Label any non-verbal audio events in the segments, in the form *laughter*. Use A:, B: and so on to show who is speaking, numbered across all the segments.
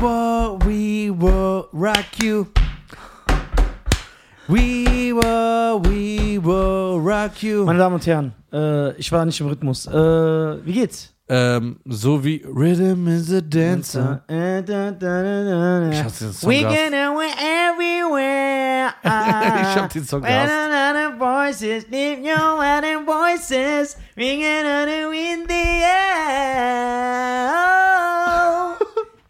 A: will, we will rock you. We will, we will rock you.
B: Meine Damen und Herren, äh, ich war nicht im Rhythmus. Äh, wie geht's?
A: Ähm, so wie Rhythm is a Dancer. Ich
B: We
A: hasse den Song. gehasst.
B: gonna win *laughs* everywhere.
A: Ich hab den Song gehasst.
B: Another voices, leave your other voices, ring another in the air. Oh,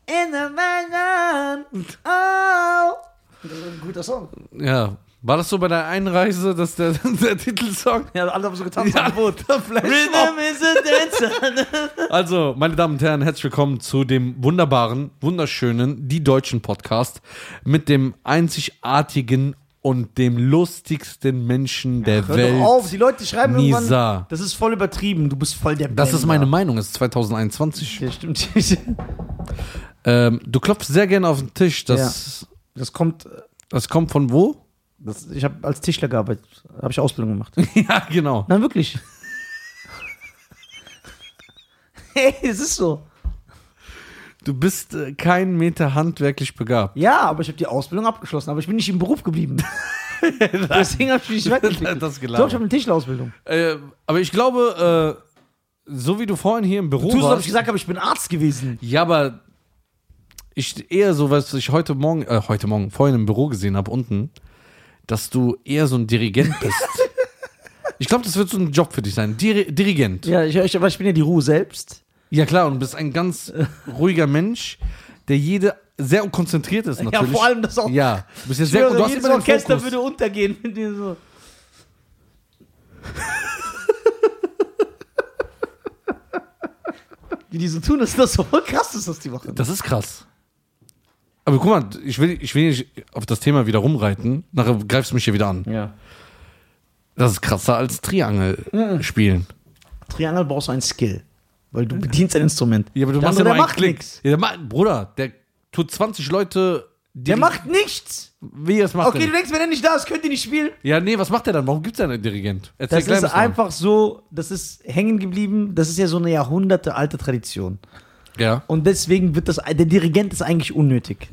B: In the man, oh. Guter Song.
A: Ja. War das so bei der Einreise, dass der, *laughs* der Titelsong?
B: Ja, alle haben so getan. *laughs*
A: Ja, der Flash
B: Rhythm is a *laughs* dancer.
A: Also, meine Damen und Herren, herzlich willkommen zu dem wunderbaren, wunderschönen Die Deutschen Podcast mit dem einzigartigen und dem lustigsten Menschen der
B: Hör
A: Welt.
B: doch auf, die Leute schreiben
A: Nisa.
B: irgendwann. Das ist voll übertrieben, du bist voll der
A: Das ist meine
B: Blender.
A: Meinung, es ist 2021.
B: Ja, stimmt. *laughs*
A: Ähm, du klopfst sehr gerne auf den Tisch. Das,
B: Das kommt. äh,
A: das kommt von wo? *laughs*
B: Das, ich habe als Tischler gearbeitet, habe ich Ausbildung gemacht.
A: ja, genau.
B: Nein, wirklich. hey, es ist so.
A: Du bist äh, kein Meter handwerklich begabt.
B: Ja, aber ich habe die Ausbildung abgeschlossen, aber ich bin nicht im Beruf
A: *laughs*
B: geblieben. Deswegen habe ich mich nicht weiterentwickelt.
A: Das Gelaber.
B: Ich glaube, ich habe eine Tischlerausbildung.
A: Äh, aber ich glaube, äh, so wie du vorhin hier im
B: Du
A: Büro
B: so, ob ich
A: warst.
B: gesagt habe, ich bin Arzt gewesen.
A: Ja, aber ich eher so, was ich heute Morgen, äh, heute Morgen, vorhin im Büro gesehen habe unten, dass du eher so ein Dirigent *laughs* bist. ich glaube, das wird so ein Job für dich sein. Dir Dirigent. Ja.
B: Ja, ich, ich, aber ich bin ja die Ruhe selbst.
A: klar, und du bist ein ganz ruhiger Mensch, der jede sehr konzentriert ist natürlich.
B: Ja, vor allem das auch.
A: Ja, du bist ja
B: Ich
A: sehr
B: schwöre,
A: du hast
B: jedes
A: immer den
B: Orchester
A: Fokus.
B: würde untergehen. wenn die so.
A: *laughs*
B: Die, die so tun, dass das so voll krass ist, was die machen.
A: Das ist krass. Aber guck mal, ich will, ich will nicht auf das Thema wieder rumreiten. Nachher greifst du mich hier wieder an.
B: Ja.
A: Das ist krasser als Triangel
B: Mhm.
A: spielen.
B: Triangel brauchst du ein Skill, weil du bedienst ein Instrument.
A: Ja, aber du
B: Der
A: machst
B: andere,
A: ja
B: der
A: nur einen
B: macht
A: Klick.
B: nix.
A: Ja, der ma Bruder, der tut 20 Leute. Die
B: Der macht nichts.
A: Wie, was macht
B: Okay, du
A: er?
B: denkst, wenn er nicht da ist, könnt ihr nicht spielen.
A: Ja, nee, was macht er dann? Warum gibt's denn einen Dirigent? Erzähl
B: Das
A: gleich
B: ist
A: was davon.
B: einfach so, das ist hängen geblieben. Das ist ja so eine jahrhundertealte Tradition.
A: Ja.
B: Und deswegen wird das, der Dirigent ist eigentlich unnötig.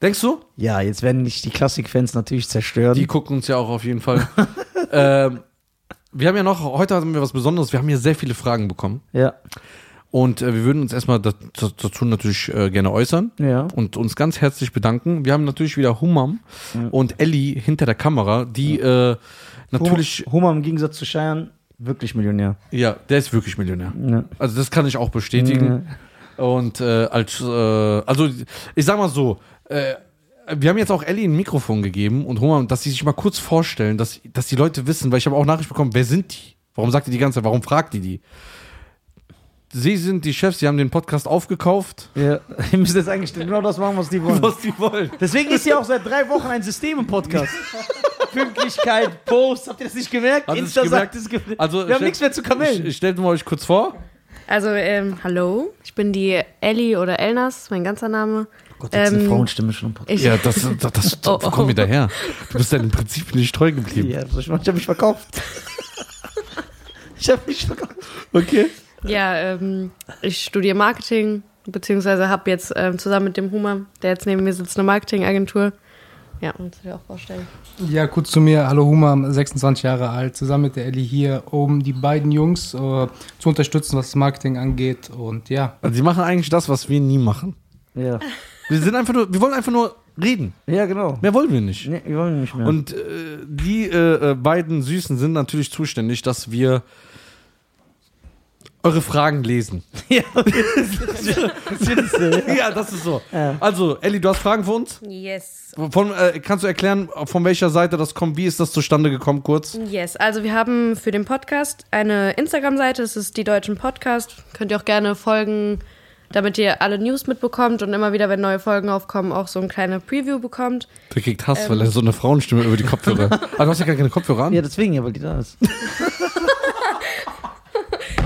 A: Denkst du?
B: Ja, jetzt werden nicht die Klassikfans natürlich zerstören.
A: Die gucken uns ja auch auf
B: *laughs*
A: jeden Fall. ähm, wir haben ja noch, heute haben wir was Besonderes. Wir haben hier sehr viele Fragen bekommen.
B: ja.
A: Und äh, wir würden uns erstmal da- da- dazu natürlich äh, gerne äußern.
B: Ja.
A: Und uns ganz herzlich bedanken. Wir haben natürlich wieder Humam und Elli hinter der Kamera, die äh, natürlich,
B: Homer im Gegensatz zu Cheyenne, wirklich Millionär.
A: ja, der ist wirklich Millionär.
B: Ja.
A: Also das kann ich auch bestätigen. Und äh, als, äh, also ich sag mal so, äh, wir haben jetzt auch Ellie ein Mikrofon gegeben und Humam, dass sie sich mal kurz vorstellen, dass, dass die Leute wissen, weil ich habe auch Nachricht bekommen, wer sind die? Warum sagt ihr die ganze Zeit, warum fragt ihr die? Sie sind die Chefs, sie haben den Podcast aufgekauft.
B: *laughs* Ja. Wir müssen jetzt eigentlich genau das machen, was die wollen.
A: Was die wollen.
B: Deswegen ist ja auch seit drei Wochen ein System im Podcast. *laughs* Pünktlichkeit, Post, habt ihr das nicht gemerkt?
A: Hat es
B: Insta
A: gemerkt?
B: sagt es. ge-
A: Also,
B: wir haben
A: stell-
B: nichts mehr zu kamellen.
A: Ich, stellt mal euch kurz vor.
C: Also, ähm, hallo, ich bin die Ellie oder Elnas, ist mein ganzer Name.
B: Gott,
C: jetzt eine ähm,
B: Frauenstimme schon im Podcast.
C: Ich,
A: Ja, das, das, das
C: Oh, oh.
A: komm wieder
B: *laughs*
A: her. Du bist deinem Prinzip nicht treu geblieben.
B: Ja, ich habe mich verkauft. *laughs* ich habe mich verkauft.
A: Okay.
C: ja, ähm, ich studiere Marketing, beziehungsweise habe jetzt ähm, zusammen mit dem Hummer, der jetzt neben mir sitzt, eine Marketingagentur. Ja, uns will ich auch vorstellen.
D: Ja, kurz zu mir. Hallo Humam, 26 Jahre alt, zusammen mit der Ellie hier, um die beiden Jungs äh, zu unterstützen, was das Marketing angeht. Und ja,
A: Also, die machen eigentlich das, was wir nie machen.
B: Ja.
A: Wir sind einfach nur, wir wollen einfach nur reden.
B: ja, genau.
A: Mehr wollen wir nicht.
B: Nee, wir wollen nicht mehr.
A: Und äh, die äh, äh, beiden Süßen sind natürlich zuständig, dass wir eure Fragen lesen.
B: *laughs* ja, das findest du, ja.
A: Ja, das ist so.
B: Ja.
A: Also, Elli, du hast Fragen für uns?
C: Yes.
A: Von, äh, kannst du erklären, von welcher Seite das kommt? Wie ist das zustande gekommen, kurz?
C: Yes, also wir haben für den Podcast eine Instagram-Seite, das ist die Deutschen Podcast. Könnt ihr auch gerne folgen, damit ihr alle News mitbekommt und immer wieder, wenn neue Folgen aufkommen, auch so ein kleiner Preview bekommt.
A: Der kriegt Hass, weil er so eine Frauenstimme über die *laughs* Kopfhörer. ah, du hast ja gar keine Kopfhörer an?
B: Ähm. ja, deswegen, ja, weil die da ist.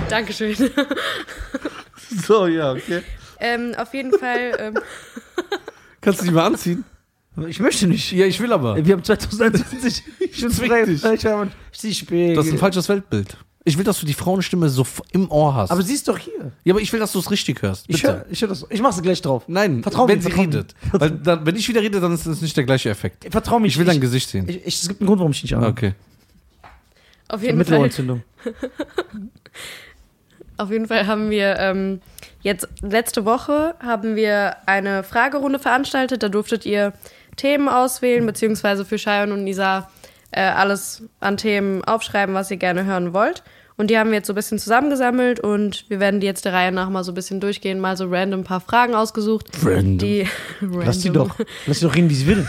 C: Dankeschön. *laughs*
A: so, ja, okay.
C: Ähm, auf jeden Fall. Ähm,
A: Kannst du die mal anziehen?
B: Ich möchte nicht.
A: Ja, ich will aber.
B: Wir haben 2021. *laughs* Ich bin
A: Zwing
B: Ich,
A: dich.
B: ich, ich, ich, ich, ich,
A: Das ist ein falsches Weltbild. Ich will, dass du die Frauenstimme so f- im Ohr hast.
B: Aber sie ist doch hier.
A: ja, aber ich will, dass du es richtig hörst. Bitte.
B: Ich höre ich hör das. Ich mach's gleich drauf.
A: Nein,
B: Vertrau
A: wenn
B: mir,
A: sie
B: vertrau mir.
A: redet. Weil dann, wenn ich wieder rede, dann ist das nicht der gleiche Effekt.
B: Vertrau mich.
A: Ich will dein Gesicht sehen.
B: ich, ich, Es gibt einen Grund, warum ich nicht anhöre.
A: Okay. *laughs*
C: Auf
B: Okay.
C: jeden Fall.
B: Mittelohrentzündung.
C: Auf jeden Fall haben wir ähm, jetzt letzte Woche haben wir eine Fragerunde veranstaltet. Da durftet ihr Themen auswählen, beziehungsweise für Cheyenne und Nisa äh, alles an Themen aufschreiben, was ihr gerne hören wollt. Und die haben wir jetzt so ein bisschen zusammengesammelt und wir werden die jetzt der Reihe nach mal so ein bisschen durchgehen, mal so random ein paar Fragen ausgesucht.
A: Random.
C: Die,
B: Lass die
C: Random.
B: doch. Lass die doch reden, wie sie *laughs* will.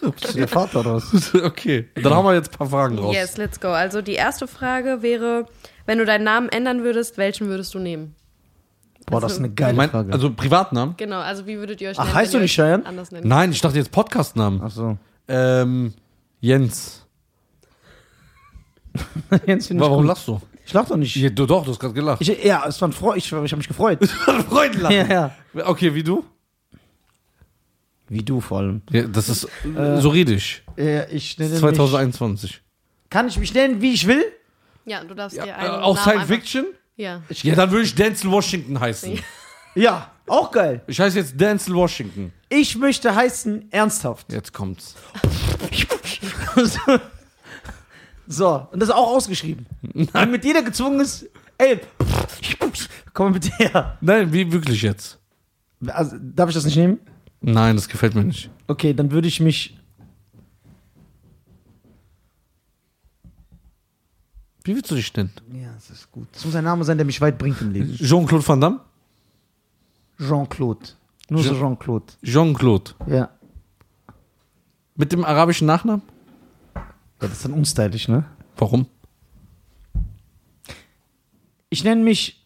B: Bist du der Vater oder was?
A: okay. Dann haben wir jetzt ein paar Fragen raus.
C: Yes, let's go. Also die erste Frage wäre, wenn du deinen Namen ändern würdest, welchen würdest du nehmen?
B: Boah, das ist eine geile
A: Mein,
B: Frage.
A: also Privatnamen?
C: Genau, also wie würdet ihr euch
B: Ach,
C: nennen,
B: heißt du
C: wenn ihr
B: nicht
C: euch
B: Cheyenne?
C: Anders nennen.
A: Nein, ich dachte jetzt Podcastnamen.
B: Ach so.
A: Ähm, Jens.
B: *laughs* Jens, finde ich
A: Warum
B: gut.
A: lachst du?
B: Ich lach doch nicht.
A: Ja, du doch, du hast gerade gelacht.
B: Ich, ja, es war ein Freu ich, ich habe mich gefreut.
A: Freund lachen.
B: *laughs* ja.
A: Okay, wie du?
B: Wie du vor allem.
A: Ja, das ist äh, so redisch.
B: Äh, ich nenne
A: 2021.
B: Mich, kann ich mich nennen, wie ich will?
C: Ja, du darfst dir einen
A: Äh, auch
C: Namen
A: Science
C: einfach-
A: Fiction?
C: Ja.
B: Ich,
A: Ja, dann würde ich Denzel Washington heißen.
B: ja, auch geil.
A: Ich heiße jetzt Denzel Washington.
B: Ich möchte heißen ernsthaft.
A: Jetzt kommt's.
B: so. so, und das ist auch
A: *laughs*
B: ausgeschrieben. Damit jeder gezwungen ist, ey, komm mal bitte her.
A: Nein, wie wirklich jetzt?
B: Also, darf ich das nicht nehmen?
A: Nein, das gefällt mir nicht.
B: Okay, dann würde ich mich.
A: Wie willst du dich nennen?
B: Ja, das ist gut. Es muss ein Name sein, der mich weit bringt im Leben.
A: Jean-Claude Van Damme?
B: Jean-Claude. Nur so Jean-Claude.
A: Jean-Claude.
B: Ja. ja.
A: Mit dem arabischen Nachnamen?
B: Das ist dann unstylisch, ne?
A: Warum?
B: Ich nenne mich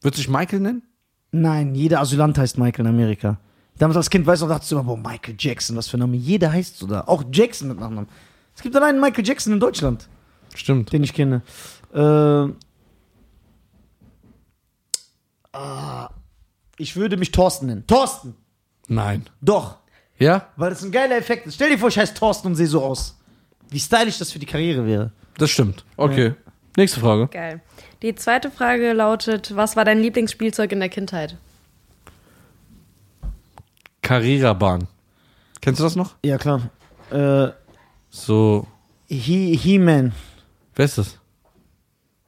A: Würdest du dich Michael nennen?
B: Nein, jeder Asylant heißt Michael in Amerika. Damals als Kind, weißt du, noch, dachtest du immer, boah, Michael Jackson, was für ein Name. Jeder heißt so da. Auch Jackson mit Nachnamen. Es gibt allein einen Michael Jackson in Deutschland,
A: Stimmt.
B: den ich kenne. Ähm. ah, ich würde mich Thorsten nennen. Thorsten!
A: Nein.
B: Doch,
A: Ja?
B: weil das ein geiler Effekt ist. Stell dir vor, ich heiße Thorsten und sehe so aus. Wie stylisch das für die Karriere wäre.
A: Das stimmt. Okay. Nächste Frage.
C: Geil. Die zweite Frage lautet, was war dein Lieblingsspielzeug in der Kindheit?
A: Carrera-Bahn. Kennst du das noch?
B: Ja, klar. Äh,
A: So.
B: He- He-Man.
A: Wer ist das?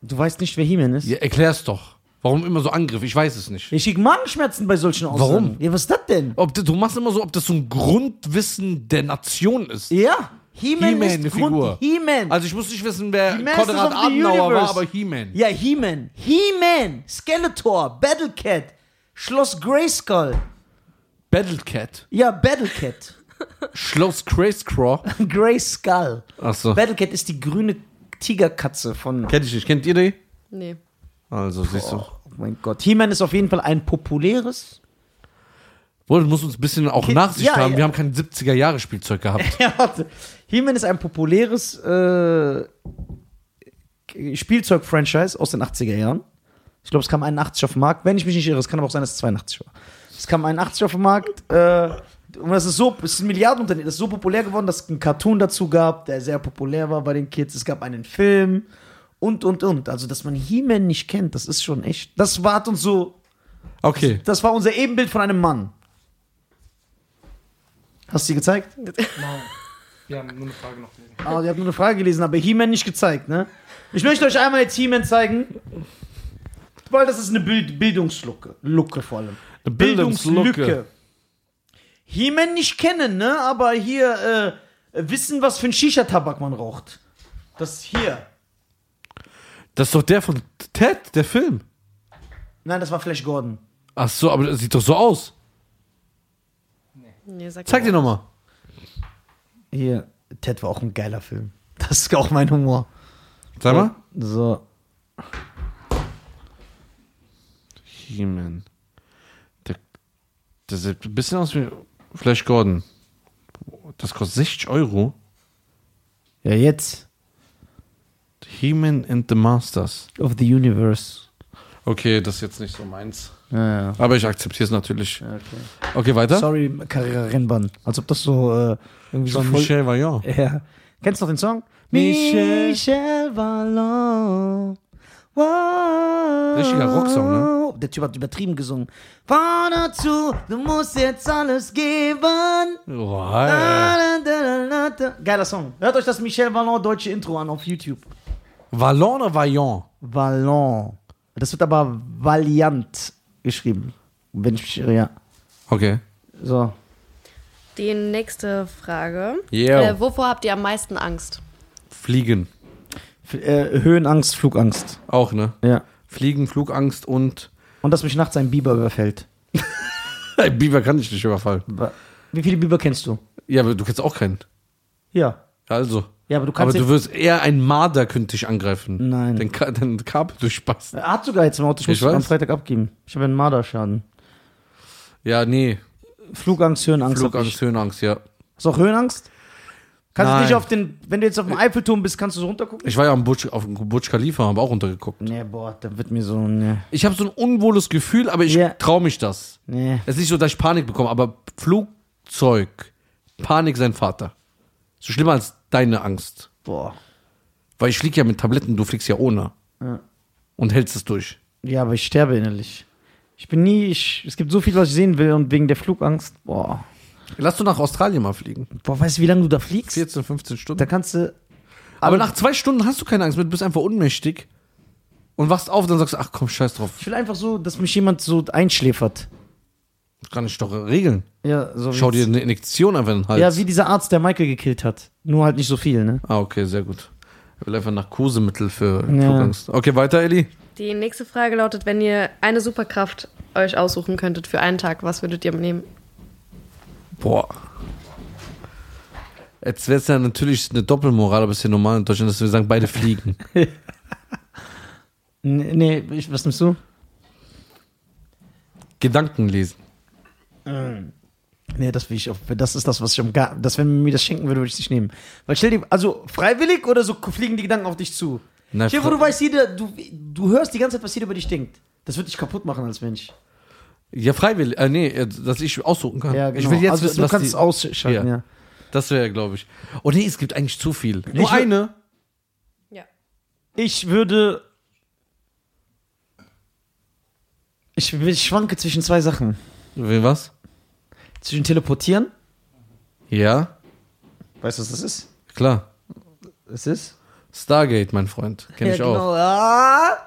B: du weißt nicht, wer He-Man ist?
A: Ja, erklär's doch. Warum immer so Angriff? Ich weiß es nicht.
B: Ich krieg Magenschmerzen bei solchen Aussagen.
A: Warum?
B: Ja, was ist das denn?
A: Ob, du machst immer so, ob das so ein Grundwissen der Nation ist.
B: Ja, He-Man
A: He-Man,
B: ist
A: eine
B: Grund-
A: Figur.
B: He-Man.
A: Also ich muss nicht wissen, wer
B: Die Masters of
A: Konrad
B: the
A: Adenauer war,
B: Universe.
A: aber He-Man.
B: ja, He-Man. He-Man, Skeletor, Battlecat, Schloss Grayskull.
A: Battlecat.
B: Ja, Battlecat. *laughs*
A: Schloss Crazecraw.
B: Grayskull.
A: Achso.
B: Battlecat ist die grüne Tigerkatze von...
A: Kennt ich nicht. Kennt ihr die?
C: Nee.
A: Also, siehst du.
B: Oh mein Gott. He-Man ist auf jeden Fall ein populäres...
A: Bruder, du musst uns ein bisschen auch
B: Kind-
A: Nachsicht
B: Ja,
A: haben.
B: ja.
A: Wir haben kein 70er-Jahre-Spielzeug gehabt.
B: *laughs* Ja, warte. He-Man ist ein populäres äh, Spielzeug-Franchise aus den 80er Jahren. Ich glaube, es kam 81 auf den Markt. Wenn ich mich nicht irre, es kann aber auch sein, dass es 82 war. Es kam 81 auf den Markt. Äh, und das ist so, es ist ein Milliardenunternehmen. Das ist so populär geworden, dass es einen Cartoon dazu gab, der sehr populär war bei den Kids. Es gab einen Film und, und, und. Also, dass man He-Man nicht kennt, das ist schon echt. Das war hat uns so,
A: Okay.
B: das war unser Ebenbild von einem Mann. Hast du dir gezeigt?
D: Ja, nur eine Frage noch.
B: Ah, ihr habt nur eine Frage gelesen, aber He-Man nicht gezeigt, ne? Ich möchte euch einmal jetzt He-Man zeigen. Weil das ist eine Bild Bildungslucke. Lucke vor allem.
A: Eine Bildungslücke.
B: He-Man nicht kennen, ne? Aber hier äh, wissen, was für ein Shisha-Tabak man raucht. Das hier.
A: Das ist doch der von Ted, der Film.
B: Nein, das war Flash Gordon.
A: Ach so, aber das sieht doch so aus.
C: nee sag
A: Zeig dir nochmal.
B: Hier. Ted war auch ein geiler Film. Das ist auch mein Humor.
A: Sag mal.
B: So.
A: He-Man. Der, der sieht ein bisschen aus wie Flash Gordon. Das kostet 60 Euro.
B: Ja, jetzt.
A: He-Man and the Masters.
B: Of the Universe.
A: Okay, das ist jetzt nicht so meins.
B: Ja, ja.
A: Aber ich akzeptiere es natürlich. Okay, weiter.
B: Sorry, Carrera Rennbahn. Als ob das so äh, irgendwie so voll,
A: Jean-Michel Vaillant.
B: ja. Kennst du noch den Song?
A: Michel.
B: Michel Wallon. Wow.
A: Richtiger Rocksong, ne?
B: Der Typ hat übertrieben gesungen. Fahr dazu, du musst jetzt alles geben.
A: Wow.
B: Geiler Song. Hört euch das Michel Vallon deutsche Intro an auf YouTube.
A: Vallon oder Vaillant?
B: Vallon. Das wird aber Valiant geschrieben. Wenn ich mich irre, ja.
A: Okay.
B: So.
C: Die nächste Frage.
A: Yeah.
C: Äh, wovor habt ihr am meisten Angst?
A: Fliegen.
B: F äh, Höhenangst, Flugangst.
A: Auch, ne?
B: Ja.
A: Fliegen, Flugangst und.
B: Und dass mich nachts ein Biber überfällt.
A: Ein Biber kann ich nicht überfallen.
B: Wa- Wie viele Biber kennst du?
A: Ja, aber du kennst auch keinen.
B: Ja.
A: Also.
B: Ja, aber du kannst
A: Aber du
B: jetzt-
A: wirst eher ein Marder könnte dich angreifen.
B: Nein.
A: Den, Ka den Kabel durchspassen.
B: Er hat sogar jetzt im Auto. Ich muss
A: Ich
B: es am
A: weiß.
B: Freitag abgeben. Ich habe einen Marderschaden.
A: Ja, nee.
B: Flugangst, Höhenangst. hab
A: Flugangst, Höhenangst, ja.
B: Ich. Hast du auch Höhenangst? Kannst du
A: Nein.
B: nicht auf den, wenn du jetzt auf dem Eiffelturm bist, kannst du so runtergucken?
A: Ich war ja am Burj, auf dem Burj Khalifa, habe auch runtergeguckt.
B: Nee, boah, da wird mir so, nee.
A: Ich habe so ein unwohles Gefühl, aber ich
B: Ja.
A: traue mich das.
B: Nee.
A: Es ist nicht so, dass ich Panik bekomme, aber Flugzeug, Panik sein Vater. So schlimmer als deine Angst.
B: Boah.
A: Weil ich fliege ja mit Tabletten, du fliegst ja ohne.
B: Ja.
A: Und hältst es durch.
B: Ja, aber ich sterbe innerlich. Ich bin nie, ich, es gibt so viel, was ich sehen will und wegen der Flugangst, boah.
A: Lass du nach Australien mal fliegen.
B: Boah, weißt du, wie lange du da fliegst?
A: 14, 15 Stunden.
B: Da kannst du,
A: aber nach zwei Stunden hast du keine Angst mehr, du bist einfach ohnmächtig. Und wachst auf, dann sagst du, ach komm, scheiß drauf.
B: ich will einfach so, dass mich jemand so einschläfert.
A: Kann ich doch regeln.
B: Ja, so wie
A: Schau dir
B: jetzt-
A: eine Injektion einfach in den Hals.
B: Ja, wie dieser Arzt, der Michael gekillt hat. Nur halt nicht so viel, ne?
A: Ah, okay, sehr gut. Ich will einfach Narkosemittel für
B: Ja.
A: Flugangst. Okay, weiter, Elli.
C: Die nächste Frage lautet, wenn ihr eine Superkraft euch aussuchen könntet für einen Tag, was würdet ihr nehmen?
A: Boah. Jetzt wäre es ja natürlich eine Doppelmoral, aber es ist ja normal in Deutschland, dass wir sagen,
B: *laughs*
A: beide fliegen.
B: Nee, nee ich, was nimmst du?
A: Gedanken lesen.
B: Nee, das will ich auf, das ist das, was ich am gar, das, wenn man mir das schenken würde, würde ich es nicht nehmen. Weil stell dir, also freiwillig oder so fliegen die Gedanken auf dich zu?
A: Na,
B: stell dir vor,
A: fra-
B: du weißt jeder, du, du hörst die ganze Zeit, was jeder über dich denkt. Das wird dich kaputt machen als Mensch.
A: Ja, freiwillig. Äh, nee, äh, dass ich aussuchen kann. Ich will jetzt
B: also,
A: wissen,
B: du
A: was
B: kannst
A: die,
B: es ausschalten,
A: Ja.
B: ja.
A: Das wäre, glaube ich. Oh nee, es gibt eigentlich zu viel. Nur
B: Ich wür-
A: eine.
C: Ja.
B: Ich würde. Ich, ich schwanke zwischen zwei Sachen.
A: Wie, Was?
B: Zwischen teleportieren.
A: Ja,
B: Weißt du, was das ist?
A: klar.
B: Es ist?
A: Stargate, mein Freund. Kenne
B: ja,
A: ich auch.
B: genau. Ah!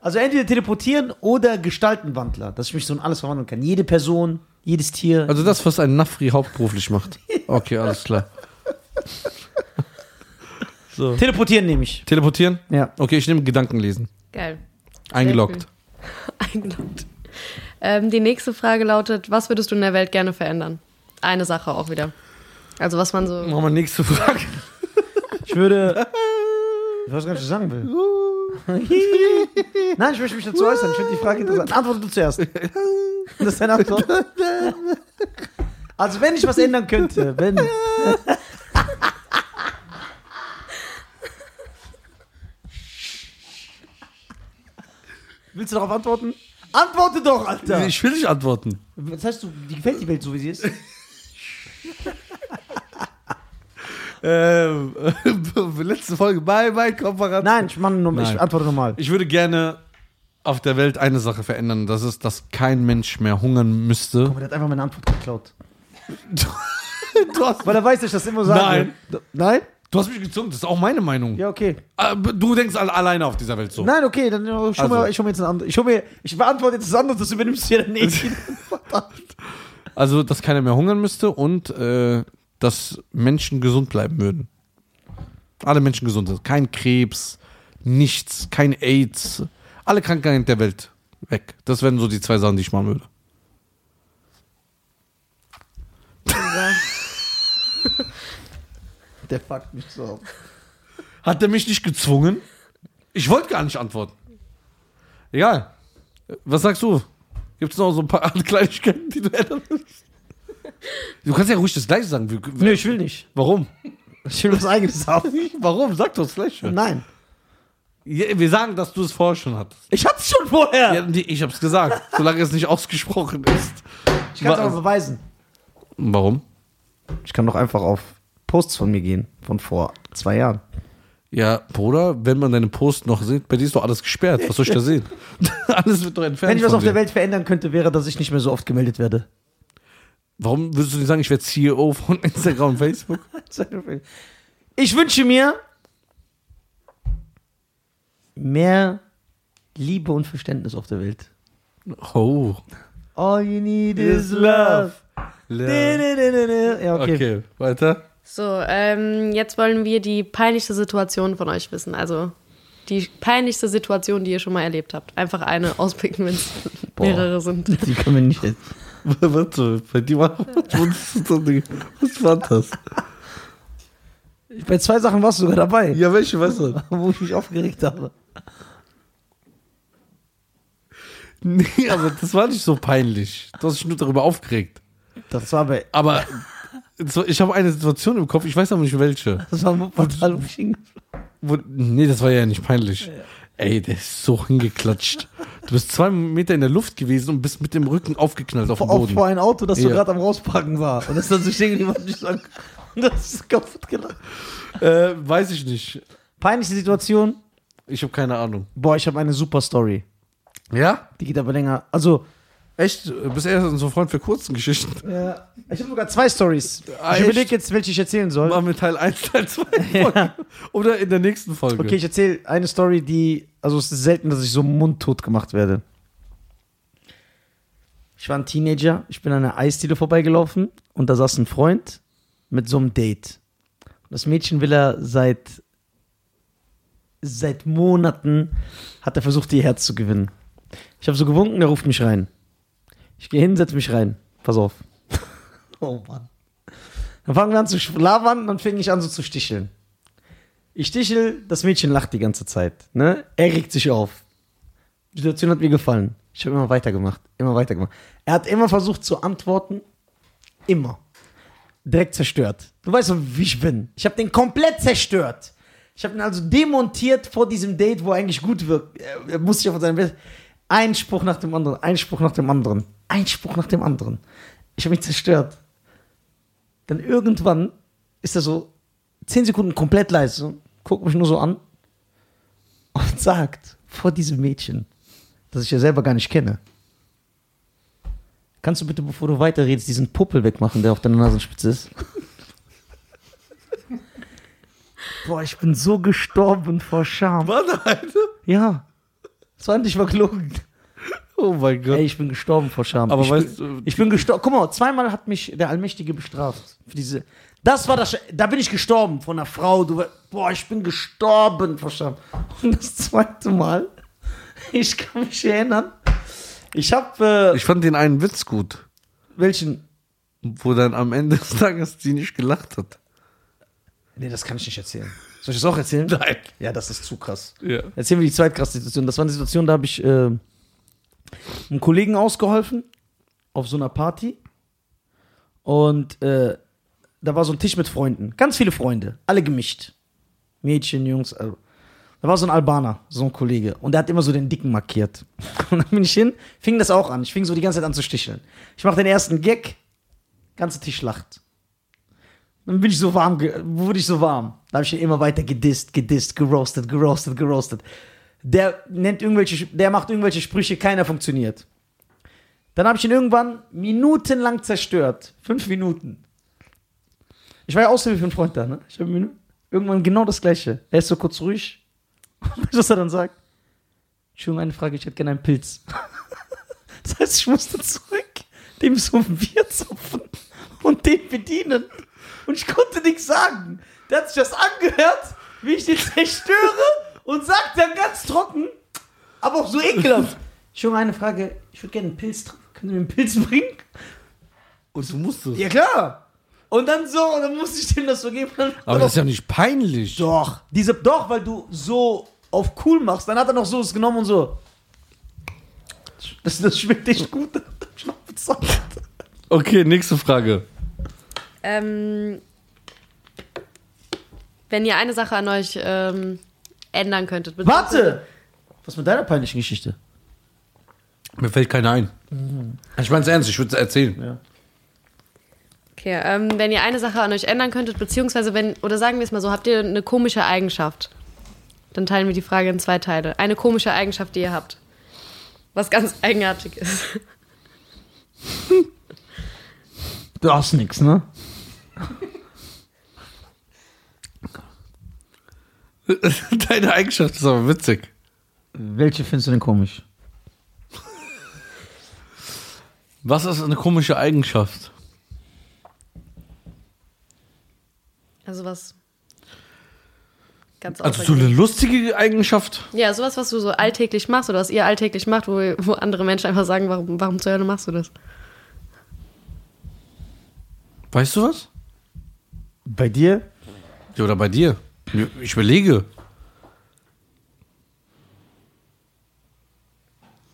B: Also entweder teleportieren oder Gestaltenwandler, dass ich mich so in alles verwandeln kann. Jede Person, jedes Tier.
A: Also das, was ein Nafri hauptberuflich macht. Okay, alles klar. so.
B: teleportieren nehme ich.
A: Teleportieren?
B: Ja.
A: Okay, ich nehme Gedanken lesen.
C: Geil. *laughs*
A: Eingeloggt.
C: Eingeloggt. Ähm, die nächste Frage lautet, was würdest du in der Welt gerne verändern? Eine Sache auch wieder. Also was man so...
A: Machen wir nächste Frage. *laughs*
B: Ich würde. Ich weiß gar nicht, was ich sagen
A: *laughs*
B: will. Nein, ich möchte mich dazu äußern. Ich finde die Frage interessant. Antworte du
A: *laughs*
B: zuerst. Das ist deine Antwort. Also, wenn ich was ändern könnte, wenn. Willst du darauf antworten? Antworte doch, Alter!
A: Ich will nicht antworten.
B: Das heißt, du, dir gefällt die Welt so, wie sie ist?
A: Ähm, *laughs* letzte Folge. Bye, bye, Kooperation.
B: Nein, ich, mache nur,
A: Nein.
B: ich antworte normal.
A: Ich würde gerne auf der Welt eine Sache verändern. Das ist, dass kein Mensch mehr hungern müsste.
B: Aber Oh, der hat einfach meine Antwort geklaut.
A: Du hast,
B: Weil er weiß, dass ich das immer sage.
A: Nein.
B: Nein?
A: du hast mich gezwungen. Das ist auch meine Meinung.
B: Ja, okay.
A: Aber Du denkst alle- alleine auf dieser Welt so.
B: Nein, okay, dann äh, schau
A: Also.
B: mal, ich hol mir jetzt ein anderes. Ich, hol mir, ich beantworte jetzt das andere, das übernimmst du ja dann eh.
A: Also, dass keiner mehr hungern müsste und äh, dass Menschen gesund bleiben würden. Alle Menschen gesund sind. Kein Krebs, nichts, kein AIDS. Alle Krankheiten der Welt weg. Das wären so die zwei Sachen, die ich machen würde.
B: *laughs* Der fuckt mich so auf.
A: Hat er mich nicht gezwungen? Ich wollte gar nicht antworten. Egal. Was sagst du? Gibt es noch so ein paar *laughs* andere Kleinigkeiten, die du ändern willst? Du kannst ja ruhig das Gleiche sagen. Wir-
B: Nö, ich will nicht.
A: Warum?
B: Ich will was eigenes haben.
A: *laughs* Warum? Sag doch das Gleiche.
B: Nein.
A: Ja, Wir sagen, dass du es vorher schon hattest.
B: Ich hatte es schon vorher.
A: Ja, nee, ich hab's gesagt, solange es nicht *laughs* ausgesprochen ist.
B: ich kann es
A: wa-
B: aber beweisen.
A: Warum?
B: Ich kann doch einfach auf Posts von mir gehen, von vor zwei Jahren.
A: Ja, Bruder, wenn man deine Post noch sieht, bei dir ist doch alles gesperrt. Was soll ich da sehen? *laughs* alles wird doch entfernt.
B: Wenn ich was
A: von
B: auf der
A: dir.
B: Welt verändern könnte, wäre, dass ich nicht mehr so oft gemeldet *laughs* werde.
A: Warum würdest du nicht sagen, ich werde CEO von *laughs* Instagram und Facebook?
B: Ich wünsche mir mehr Liebe und Verständnis auf der Welt.
A: Oh.
B: All you need is love. Ja, okay.
A: Okay, weiter. *laughs*
C: So, ähm, jetzt wollen wir die peinlichste Situation von euch wissen. Also die peinlichste Situation, die ihr schon mal erlebt habt. Einfach eine auspicken, wenn es mehrere sind.
B: Die können wir nicht.
A: Warte, bei dir war *laughs* was war das?
B: Bei zwei Sachen warst du sogar dabei,
A: Ja, welche, weißt du?
B: wo ich mich aufgeregt habe.
A: *laughs* Nee, aber Also, das war nicht so peinlich. Du hast dich nur darüber aufgeregt.
B: Das war bei.
A: *laughs* Aber es war- ich habe eine Situation im Kopf, ich weiß aber nicht welche.
B: Das war brutal wo ich hinge-
A: Wo, nee, das war ja nicht peinlich. Ey, der ist so hingeklatscht. Du bist zwei Meter in der Luft gewesen und bist mit dem Rücken aufgeknallt auf den
B: vor,
A: Boden.
B: vor ein Auto, das so
A: Ja.
B: gerade am Rausparken war. Und das dann so stehen jemand nicht sagen. Und *laughs* das ist kaputt gelacht.
A: Äh, weiß ich nicht.
B: Peinlichste Situation.
A: Ich habe keine Ahnung.
B: Boah, ich habe eine super Story.
A: Ja?
B: Die geht aber länger. Also,
A: Echt? Du bist erst unser Freund für kurzen Geschichten.
B: ich habe sogar zwei Stories.
A: Ah,
B: ich
A: echt?
B: überlege jetzt, welche ich erzählen soll. *laughs*
A: Machen wir Teil 1, Teil 2 Folge. Oder in der nächsten Folge.
B: Okay, ich erzähle eine Story, die. Also, es ist selten, dass ich so mundtot gemacht werde. Ich war ein Teenager, ich bin an einer Eisdiele vorbeigelaufen und da saß ein Freund mit so einem Date. Das Mädchen will er seit. Seit Monaten hat er versucht, ihr Herz zu gewinnen. Ich habe so gewunken, er ruft mich rein. Ich gehe hin, setz mich rein. Pass auf. *laughs* oh Mann. Dann fangen wir an zu schlabern, dann fing ich an so zu sticheln. Ich stichel, das Mädchen lacht die ganze Zeit. Ne? Er regt sich auf. Die Situation hat mir gefallen. Ich habe immer weitergemacht, immer weitergemacht. Er hat immer versucht zu antworten. Immer. Direkt zerstört. Du weißt, doch, wie ich bin. Ich habe den komplett zerstört. Ich habe ihn also demontiert vor diesem Date, wo er eigentlich gut wirkt. Er- Er muss sich auf seinen Best. Ein Spruch nach dem anderen, ein Spruch nach dem anderen, ein Spruch nach dem anderen. Ich habe mich zerstört. Dann irgendwann ist er so zehn Sekunden komplett leise, guckt mich nur so an und *laughs* sagt vor diesem Mädchen, das ich ja selber gar nicht kenne, kannst du bitte, bevor du weiterredest, diesen Puppel wegmachen, der auf deiner Nasenspitze ist? *laughs* Boah, ich bin so gestorben vor Scham.
A: Mann, Alter.
B: Ja, das war nicht verklogen.
A: Oh mein Gott.
B: Ey, ich bin gestorben vor Scham.
A: Aber
B: ich,
A: weißt
B: bin,
A: du-
B: ich bin gestorben. Guck mal, zweimal hat mich der Allmächtige bestraft. Für diese. Das war das. Sch- Da bin ich gestorben von einer Frau. Du, we- boah, ich bin gestorben vor Scham. Und das zweite Mal, ich kann mich erinnern. Ich habe äh,
A: Ich fand den einen Witz gut,
B: welchen?
A: wo dann am Ende des Tages die nicht gelacht hat.
B: Nee, das kann ich nicht erzählen. Soll ich das auch erzählen?
A: Nein.
B: Ja, das ist zu krass.
A: Ja.
B: Erzählen wir die zweitkrasse Situation. Das war eine Situation, da habe ich äh, einem Kollegen ausgeholfen auf so einer Party. Und äh, da war so ein Tisch mit Freunden. Ganz viele Freunde, alle gemischt. Mädchen, Jungs. Also. Da war so ein Albaner, so ein Kollege. Und der hat immer so den Dicken markiert. *laughs* Und dann bin ich hin, fing das auch an. Ich fing so die ganze Zeit an zu sticheln. Ich mache den ersten Gag, ganze Tisch lacht. Dann bin ich so warm, ge- wurde ich so warm. Da habe ich ihn immer weiter gedisst, gedisst, geroastet, geroastet, geroastet. Der nennt irgendwelche, der macht irgendwelche Sprüche, keiner funktioniert. Dann habe ich ihn irgendwann minutenlang zerstört. Fünf Minuten. Ich war ja außerdem für einen Freund da, ne? Ich habe mir irgendwann genau das Gleiche. Er ist so kurz ruhig. *laughs* Weißt du, was er dann sagt? Entschuldigung, eine Frage, ich hätte gerne einen Pilz. Das heißt, ich musste zurück, dem so ein Bier zupfen und den bedienen. Und ich konnte nichts sagen. Der hat sich das angehört, wie ich den zerstöre und sagt dann ganz trocken, aber auch so *laughs* ekelhaft. Ich habe eine Frage, ich würde gerne einen Pilz trinken. Können Sie mir einen Pilz bringen?
A: Und du musstest.
B: Ja, klar. Und dann so, und dann musste ich dem das so geben. Dann
A: Aber das ist ja nicht peinlich.
B: doch, diese, doch, weil du so auf cool machst. Dann hat er noch so es genommen und so. Das, das schmeckt echt gut. *laughs* Dann hab ich noch bezahlt.
A: Okay, nächste Frage.
C: Ähm, wenn ihr eine Sache an euch ähm, ändern könntet. beziehungsweise-
B: Warte! Was mit deiner peinlichen Geschichte?
A: Mir fällt keine ein. Ich meine es ernst, ich würde es erzählen.
C: Okay, ähm, wenn ihr eine Sache an euch ändern könntet, beziehungsweise wenn, oder sagen wir es mal so, habt ihr eine komische Eigenschaft, Dann teilen wir die Frage in zwei Teile. Eine komische Eigenschaft, die ihr habt. Was ganz eigenartig ist.
B: Du hast nix, ne?
A: *laughs* Deine Eigenschaft ist aber witzig.
B: Welche findest du denn komisch?
A: Was ist eine komische Eigenschaft?
C: Also was. Ganz
A: Also so
C: außergewöhnlich.
A: eine lustige Eigenschaft?
C: Ja, sowas, was du so alltäglich machst oder was ihr alltäglich macht, wo, wo andere Menschen einfach sagen, warum, warum zur Hölle machst du das?
A: Weißt du was?
B: Bei dir?
A: Ja, oder bei dir? Ich überlege.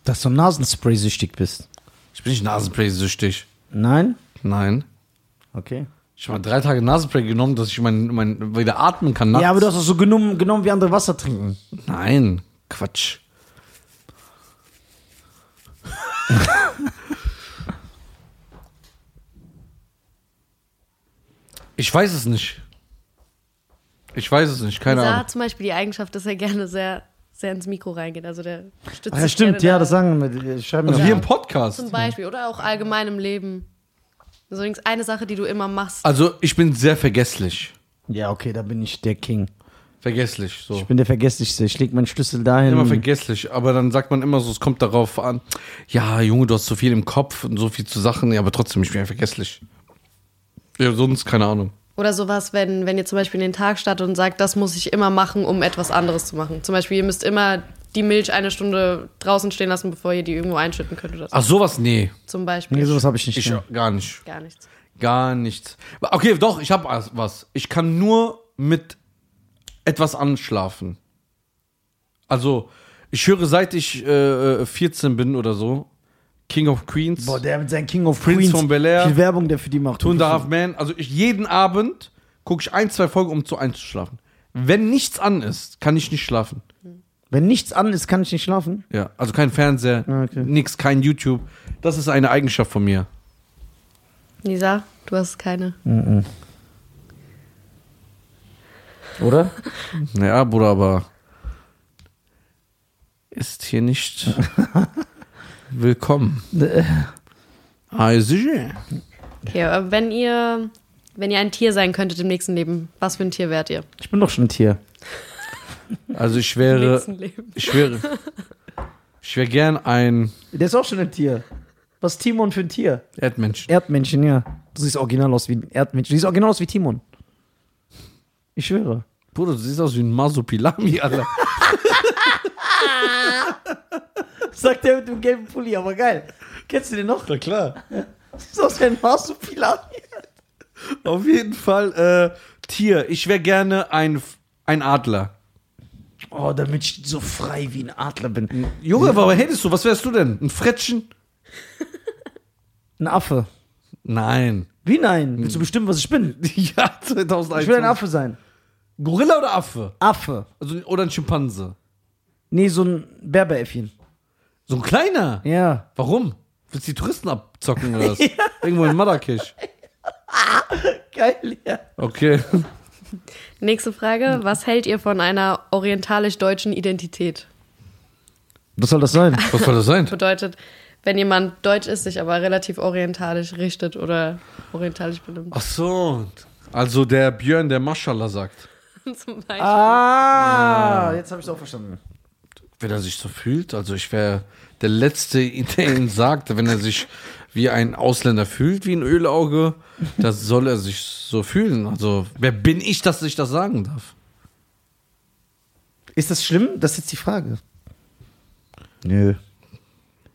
B: Dass du Nasenspray-süchtig bist.
A: Ich bin nicht Nasenspray-süchtig.
B: Nein?
A: Nein.
B: Okay.
A: Ich habe mal drei Tage Nasenspray genommen, dass ich mein, mein, wieder atmen kann. Nachts.
B: Ja, aber du hast das so genommen, genommen, wie andere Wasser trinken.
A: Nein, Quatsch. ich weiß es nicht. Ich weiß es nicht, keine
C: Isa
A: Ahnung.
C: hat zum Beispiel die Eigenschaft, dass er gerne sehr, sehr ins Mikro reingeht. Also der stützt
B: Ah, ja,
C: sich
B: stimmt,
C: gerne
B: ja,
C: da-
B: das sagen wir. Schreiben wir
A: Also
B: mal.
A: hier im Podcast.
C: Zum Beispiel. Oder auch allgemein im Leben. Also übrigens eine Sache, die du immer machst.
A: Also ich bin sehr vergesslich.
B: Ja, okay, da bin ich der King.
A: Vergesslich, so.
B: Ich bin der Vergesslichste. Ich leg meinen Schlüssel dahin.
A: immer vergesslich, aber dann sagt man immer so, es kommt darauf an, ja, Junge, du hast so viel im Kopf und so viel zu Sachen, ja, aber trotzdem, ich bin ja vergesslich. Ja, sonst, keine Ahnung.
C: Oder sowas, wenn, wenn ihr zum Beispiel in den Tag startet und sagt, das muss ich immer machen, um etwas anderes zu machen. Zum Beispiel, ihr müsst immer die Milch eine Stunde draußen stehen lassen, bevor ihr die irgendwo einschütten könnt oder so.
A: Ach, sowas, nee,
C: Zum Beispiel.
B: nee, sowas habe ich nicht.
A: ich
B: ne?
A: gar nicht.
C: Gar nichts.
A: Gar nichts. Okay, doch, ich habe was. Ich kann nur mit etwas anschlafen. Also, ich höre seit ich äh, äh, 14 bin oder so, King of Queens,
B: Boah, Oh, der mit seinem King of
A: Prince
B: Queens.
A: von Bel-Air.
B: Viel Werbung, der für die macht.
A: Two and a Half Man. Also, ich, jeden Abend gucke ich ein, zwei Folgen, um zu einzuschlafen. Wenn nichts an ist, kann ich nicht schlafen.
B: Wenn nichts an ist, kann ich nicht schlafen.
A: Ja, also kein Fernseher,
B: Ah, Okay.
A: nix, kein YouTube. Das ist eine Eigenschaft von mir.
C: Nisa, du hast keine.
B: Oder?
A: Ja, Bruder, aber ist hier *laughs* nicht willkommen. Ah, sicher.
C: Okay, aber wenn ihr, wenn ihr ein Tier sein könntet im nächsten Leben, was für ein Tier wärt ihr?
B: Ich bin doch schon ein Tier.
A: Also ich
C: Im
A: wäre,
C: nächsten Leben.
A: ich wäre, ich wäre gern ein
B: Der ist auch schon ein Tier. Was ist Timon für ein Tier?
A: Erdmensch.
B: Erdmännchen, ja. Du siehst original aus wie ein Erdmännchen. Du siehst original aus wie Timon. Ich schwöre.
A: Bruder, du siehst aus wie ein Masopilami, Alter.
B: Sagt der mit dem gelben Pulli, aber geil. Kennst du den noch? Na *laughs* klar. Siehst aus wie ein Marsupilami.
A: *laughs* Auf jeden Fall äh, Tier. Ich wäre gerne ein ein Adler.
B: Oh, damit ich so frei wie ein Adler bin.
A: Junge, aber hättest du, was wärst du denn? Ein Frettchen?
B: Ein Affe. Hm.
A: Nein.
B: Wie nein? Willst du bestimmen, was ich *laughs* bin?
A: *laughs* Ja, 2001.
B: Ich will ein Affe sein.
A: Gorilla oder Affe?
B: Affe.
A: Also, oder ein Schimpanse.
B: Nee, so ein Berberäffchen.
A: So ein kleiner.
B: Ja.
A: Warum? Willst du die Touristen abzocken oder was? Irgendwo in Marrakesch.
B: Geil, ja.
A: Okay.
C: Nächste Frage. Was hält ihr von einer orientalisch-deutschen Identität?
B: Was soll das sein?
A: Was soll das sein?
C: Bedeutet, wenn jemand deutsch ist, sich aber relativ orientalisch richtet oder orientalisch benimmt. *laughs*
A: Ach so. Also der Björn, der Maschallah sagt.
C: Zum Beispiel.
B: Ah, jetzt habe ich es auch verstanden.
A: Wenn er sich so fühlt, also ich wäre der Letzte, *laughs* der ihn sagt, wenn er sich wie ein Ausländer fühlt, wie ein Ölauge, das soll er sich so fühlen. Also wer bin ich, dass ich das sagen darf?
B: Ist das schlimm? Das ist jetzt die Frage. Nö.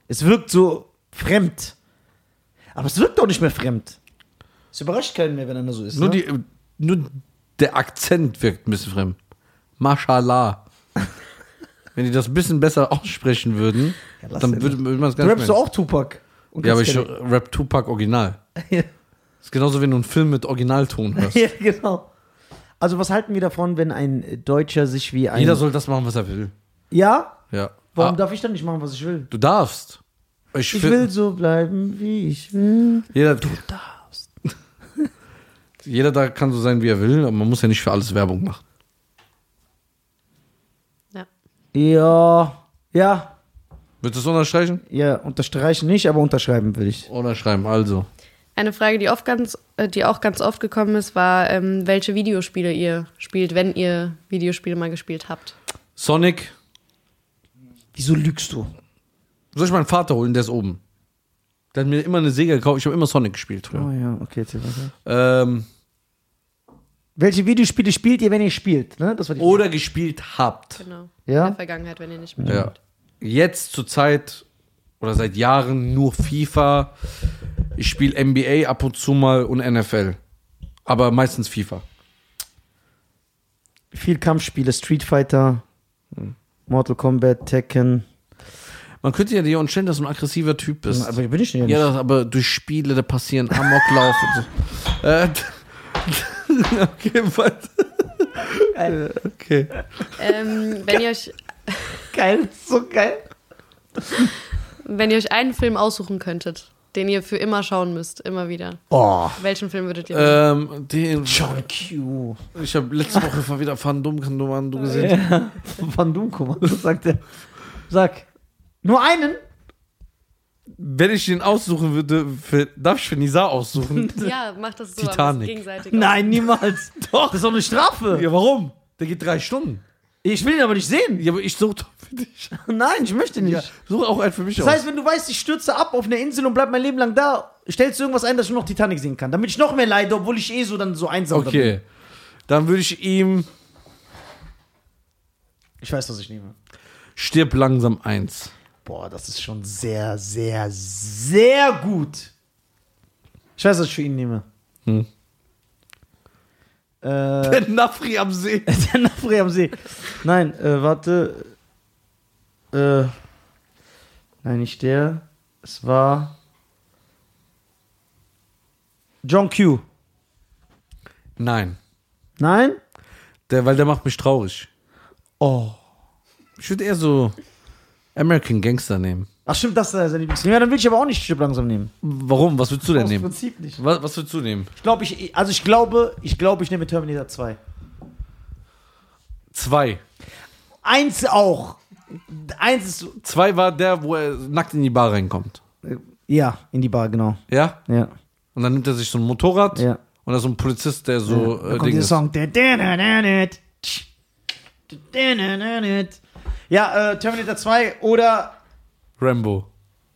B: Es wirkt so fremd. Aber es wirkt auch nicht mehr fremd. Es überrascht keinen mehr, wenn einer so ist.
A: Nur,
B: ne?
A: die, nur der Akzent wirkt ein bisschen fremd.
B: *laughs*
A: Maschallah. Wenn die das ein bisschen besser aussprechen würden,
B: Ja, lass
A: dann
B: den.
A: würde würde man es
B: du
A: gar nicht
B: rappst du
A: merken.
B: auch Tupac. Und
A: Ja, aber
B: ganz
A: ich rap Tupac original.
B: gerne-
A: ist genauso, wenn du einen Film mit Originalton
B: *laughs*
A: hörst.
B: ja, genau. Also, was halten wir davon, wenn ein Deutscher sich wie ein.
A: Jeder soll das machen, was er will.
B: ja?
A: Ja.
B: Warum
A: Ah,
B: darf ich dann nicht machen, was ich will?
A: du darfst. Ich,
B: Ich
A: find-
B: will so bleiben, wie ich will.
A: Jeder, du *laughs* darfst. jeder da kann so sein, wie er will, aber man muss ja nicht für alles Werbung machen.
B: Ja, ja,
A: Willst du es unterstreichen?
B: ja, unterstreichen nicht, aber unterschreiben will ich.
A: Unterschreiben, also.
C: Eine Frage, die, oft ganz, äh, die auch ganz oft gekommen ist, war, ähm, welche Videospiele ihr spielt, wenn ihr Videospiele mal gespielt habt.
A: Sonic,
B: Wieso lügst du?
A: soll ich meinen Vater holen, der ist oben. Der hat mir immer eine Säge gekauft, ich habe immer Sonic gespielt früher.
B: Oh ja, okay, erzähl weiter.
A: Ähm,
B: Welche Videospiele spielt ihr, wenn ihr spielt? Ne? Das war die
A: oder gespielt habt.
C: Genau.
B: Ja?
C: In der Vergangenheit, wenn ihr nicht mehr
A: Ja. Jetzt zur Zeit oder seit Jahren nur FIFA. Ich spiele NBA ab und zu mal und NFL. Aber meistens FIFA.
B: Frage. Viel Kampfspiele, Street Fighter, Mortal Kombat, Tekken.
A: Man könnte ja dir unterstellen, dass du ein aggressiver Typ bist.
B: Aber bin ich denn ja nicht.
A: ja, das, aber durch Spiele, da passieren Amoklauf und so. Äh, *laughs* okay, was? okay.
C: Ähm, wenn, ihr euch,
B: geil, so geil.
C: wenn ihr euch einen Film aussuchen könntet, den ihr für immer schauen müsst, immer wieder,
B: Oh.
C: welchen Film würdet ihr nehmen?
A: Ähm, den,
B: John Q.
A: ich habe letzte Woche mal wieder Van Dumm, Van Dumm, Van Dumm gesehen.
B: Ja. Van Dunko, Mann, was sagt er? Sag. Nur einen?
A: Wenn ich den aussuchen würde, für, darf ich für Nisa aussuchen?
B: *laughs*
C: Ja, macht das so am
A: Titanic.
C: gegenseitig.
B: Nein,
A: *laughs*
B: niemals. Doch. Das ist doch eine Strafe.
A: ja, warum? Der geht drei Stunden.
B: Ich will ihn aber nicht sehen.
A: Ja, aber ich suche doch für dich.
B: Nein, ich möchte nicht.
A: Ja, suche auch einen für mich
B: Das
A: aus.
B: heißt, wenn du weißt, ich stürze ab auf eine Insel und bleib mein Leben lang da, stellst du irgendwas ein, dass ich nur noch Titanic sehen kann, damit ich noch mehr leide, obwohl ich eh so dann so einsam bin.
A: Okay. Dann würde ich ihm
B: Ich weiß, was ich nehme.
A: Stirb langsam eins.
B: Boah, das ist schon sehr, sehr, sehr gut. Ich weiß, was ich für ihn nehme.
A: Hm.
B: Äh, der
A: Der Nafri am See.
B: Nafri am See. Nein, äh, warte. Äh, nein, nicht der. Es war John Q.
A: Nein.
B: Nein?
A: Der, weil der macht mich traurig.
B: Oh.
A: Ich würde eher so American Gangster nehmen.
B: Ach stimmt, das ist sein Lieblingsfilm. Ja, dann will ich aber auch nicht Stück langsam nehmen.
A: Warum? Was würdest du denn nehmen?
B: Prinzip nicht.
A: Was, was würdest du nehmen?
B: Ich glaube, ich, also ich glaube, ich glaube, ich nehme Terminator 2.
A: Zwei.
B: Eins auch. Eins ist,
A: Zwei war der, wo er nackt in die Bar reinkommt.
B: ja, in die Bar, genau.
A: Ja?
B: Ja,
A: Und dann nimmt er sich so ein Motorrad
B: ja.
A: und da ist so ein Polizist, der so
B: da
A: äh,
B: kommt
A: Ding
B: dieser
A: ist.
B: Song. Ja, äh, Terminator 2 oder,
A: Rambo.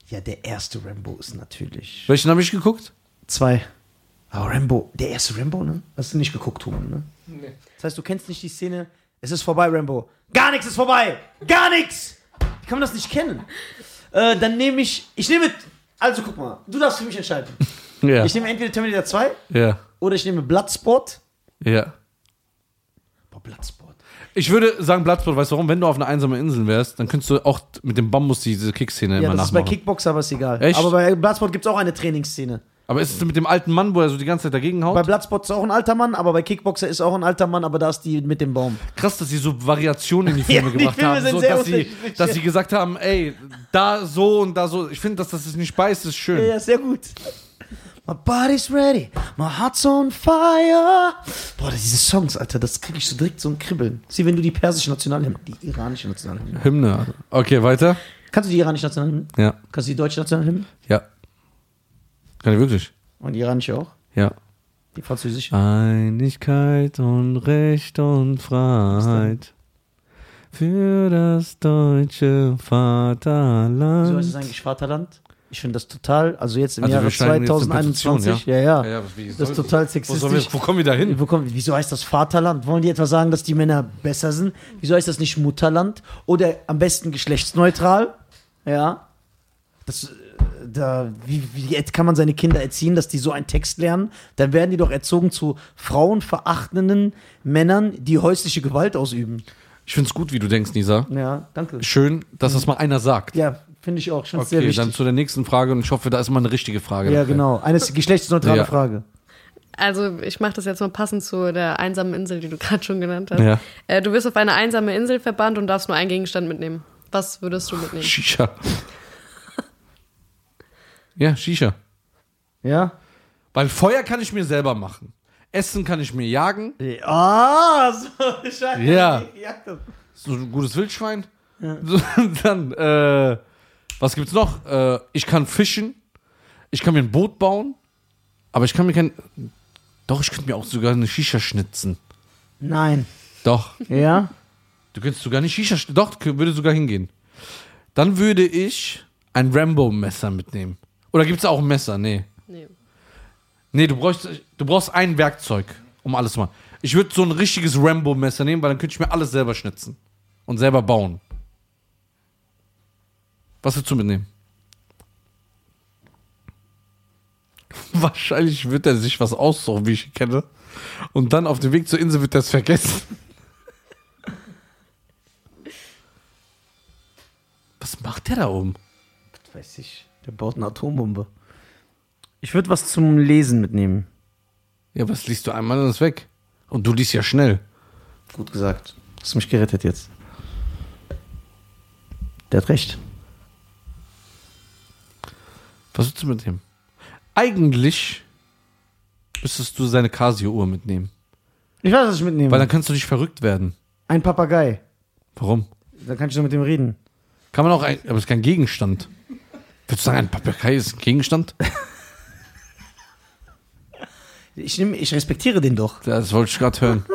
B: ja, der erste Rambo ist natürlich.
A: Welchen habe ich geguckt?
B: Zwei. Aber Rambo, der erste Rambo, ne? Hast du nicht geguckt, Human, ne? Das heißt, du kennst nicht die Szene. Es ist vorbei, Rambo. Gar nichts ist vorbei. Gar nichts. Wie kann man das nicht kennen? Äh, dann nehme ich. Ich nehme. Also guck mal, du darfst für mich entscheiden.
A: Ja.
B: Ich nehme entweder Terminator 2
A: Ja.
B: oder ich nehme Bloodsport.
A: Ja.
B: Boah, Bloodsport.
A: Ich würde sagen, Bloodsport, weißt du warum? Wenn du auf einer einsamen Insel wärst, dann könntest du auch mit dem Bambus diese Kickszene
B: Ja,
A: immer
B: das ist bei
A: nachmachen.
B: Kickboxer, aber ist egal.
A: Echt?
B: Aber bei Bloodsport gibt es auch eine Trainingsszene.
A: Aber ist es mit dem alten Mann, wo er so die ganze Zeit dagegen haut?
B: Bei Bloodsport ist auch ein alter Mann, aber bei Kickboxer ist auch ein alter Mann, aber da ist die mit dem Baum.
A: Krass, dass sie so Variationen in die
B: *laughs*
A: Filme
B: Ja, die
A: gebracht
B: Filme
A: haben,
B: sind
A: so,
B: sehr
A: dass, sie,
B: unterschiedlich.
A: dass sie gesagt haben, ey, da so und da so. Ich finde, dass das es nicht beißt, ist schön.
B: Ja, sehr gut. My body's ready, my heart's on fire. Boah, diese Songs, Alter, das krieg ich so direkt so ein Kribbeln. Sieh, wenn du die persische Nationalhymne, die iranische Nationalhymne.
A: Hymne. Okay, weiter.
B: Kannst du die iranische Nationalhymne?
A: Ja,
B: Kannst du die deutsche Nationalhymne?
A: ja. Kann ich wirklich?
B: Und die iranische auch?
A: Ja.
B: Die französische?
A: Einigkeit und Recht und Freiheit für das deutsche
B: So heißt es
A: Vaterland.
B: eigentlich Vaterland. Ich finde das total, also jetzt im
A: Also
B: Jahre
A: wir schneiden jetzt eine Petition,
B: 2021, ja, ja,
A: Ja, ja, was- wie
B: das
A: soll-
B: ist total
A: Wo, sollen wir,
B: sexistisch.
A: wo kommen wir da hin?
B: Wo kommt, wieso heißt das Vaterland? Wollen die etwa sagen, dass die Männer besser sind? Wieso heißt das nicht Mutterland? Oder am besten geschlechtsneutral? Ja. Das, äh, da, wie, wie et- kann man seine Kinder erziehen, dass die so einen Text lernen? Dann werden die doch erzogen zu frauenverachtenden Männern, die häusliche Gewalt ausüben.
A: Ich finde es gut, wie du denkst, Nisa.
B: Ja, danke.
A: Schön, dass das mal einer sagt.
B: Ja, finde ich auch. Ich finde es sehr
A: Okay,
B: wichtig.
A: dann zu der nächsten Frage und ich hoffe, da ist mal eine richtige Frage.
B: ja,
A: dabei.
B: genau. Eine ist geschlechtsneutrale
A: Ja.
B: Frage.
C: Also ich mache das jetzt mal passend zu der einsamen Insel, die du *laughs* gerade schon genannt hast.
A: Ja.
C: Äh, du wirst auf eine einsame Insel verbannt und darfst nur einen Gegenstand mitnehmen. Was würdest du mitnehmen?
A: Shisha. ja, Shisha.
B: Ja?
A: Weil Feuer kann ich mir selber machen. Essen kann ich mir jagen.
B: Ah, so, *laughs* scheiße.
A: Ja.
B: Ja.
A: So ein gutes Wildschwein. *laughs* So, Dann, äh, was gibt's noch? Äh, ich kann fischen, ich kann mir ein Boot bauen, aber ich kann mir kein. Doch, ich könnte mir auch sogar eine Shisha schnitzen.
B: Nein.
A: Doch.
B: Ja?
A: Du könntest sogar nicht Shisha. schn- Doch, k- würde sogar hingehen. Dann würde ich ein Rambo-Messer mitnehmen. Oder gibt's da auch ein Messer? Nee.
C: Nee.
A: Nee, du brauchst, du brauchst ein Werkzeug, um alles zu machen. Ich würde so ein richtiges Rambo-Messer nehmen, weil dann könnte ich mir alles selber schnitzen. Und selber bauen. Was würdest du mitnehmen? *laughs* Wahrscheinlich wird er sich was aussuchen, wie ich ihn kenne. Und dann auf dem Weg zur Insel wird er es vergessen. *laughs* Was macht der da oben?
B: Das weiß ich. Der baut eine Atombombe. Ich würde was zum Lesen mitnehmen.
A: Ja, was liest du einmal, dann ist weg. Und du liest ja schnell.
B: Gut gesagt. Hast mich gerettet jetzt. Der hat recht.
A: Was willst du mitnehmen? Eigentlich müsstest du seine Casio-Uhr mitnehmen.
B: Ich weiß, was ich mitnehme.
A: Weil dann kannst du nicht verrückt werden.
B: ein Papagei.
A: Warum?
B: Dann kann ich so mit dem reden.
A: Kann man auch ein, aber es ist kein Gegenstand. Würdest du sagen, ein Papagei ist ein Gegenstand?
B: Ich, nehm, ich respektiere den doch.
A: Das wollte ich gerade hören.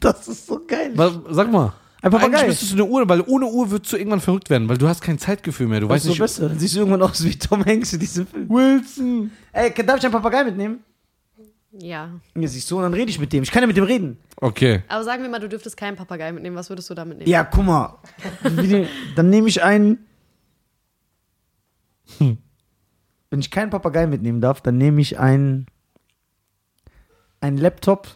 B: Das ist so geil.
A: *laughs* Was, sag mal.
B: Ein Papagei.
A: Eigentlich müsstest du eine Uhr, weil ohne Uhr würdest du irgendwann verrückt werden, weil du hast kein Zeitgefühl mehr. Du
B: Was ist
A: weißt
B: so
A: nicht.
B: besser? Dann siehst du irgendwann aus wie Tom Hanks in diesem Film.
A: Wilson.
B: Ey, darf ich einen Papagei mitnehmen?
C: Ja.
B: Ja, siehst du, und dann rede ich mit dem. Ich kann ja mit dem reden.
A: Okay.
C: Aber sagen wir mal, du dürftest keinen Papagei mitnehmen. Was würdest du da mitnehmen?
B: Ja, guck mal. Wie den- dann nehme ich einen. Hm. Wenn ich keinen Papagei mitnehmen darf, dann nehme ich einen. Einen Laptop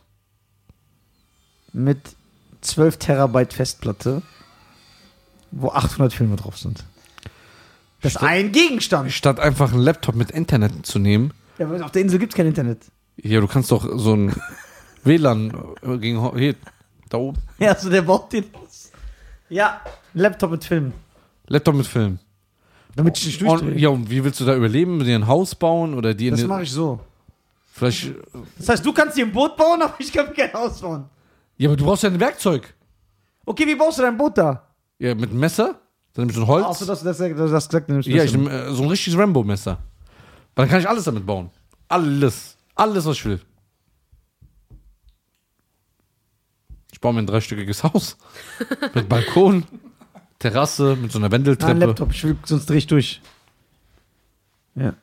B: mit 12 Terabyte Festplatte, wo 800 Filme drauf sind. Das ist ein Gegenstand.
A: Statt einfach einen Laptop mit Internet zu nehmen,
B: Ja, aber auf der Insel gibt es kein Internet.
A: ja, du kannst doch so *laughs* ein WLAN äh, gegen. Hier, da oben.
B: *laughs* Ja, also der baut den. Ja, ein Laptop mit Filmen.
A: Laptop mit Film.
B: Damit ich nicht
A: Und,
B: durchdrehe.
A: ja, und wie willst du da überleben? Dir ein Haus bauen oder dir
B: Das
A: eine-
B: mache ich so.
A: vielleicht.
B: Das heißt, du kannst dir ein Boot bauen, aber ich kann mir kein Haus bauen.
A: Ja, aber du brauchst ja ein Werkzeug.
B: Okay, wie baust du dein Boot da?
A: Ja, mit einem Messer, dann nimmst du ein Holz.
B: Achso, dass du das, dass du das gesagt hast.
A: ja, ich nehm, äh, so ein richtiges Rambo-Messer. Weil Dann kann ich alles damit bauen. Alles. Alles, was ich will. Ich baue mir ein dreistöckiges *laughs* Haus. mit Balkon, Terrasse, mit so einer
B: Nein,
A: Wendeltreppe.
B: Ah, Laptop, ich will, sonst drehe ich durch. Ja.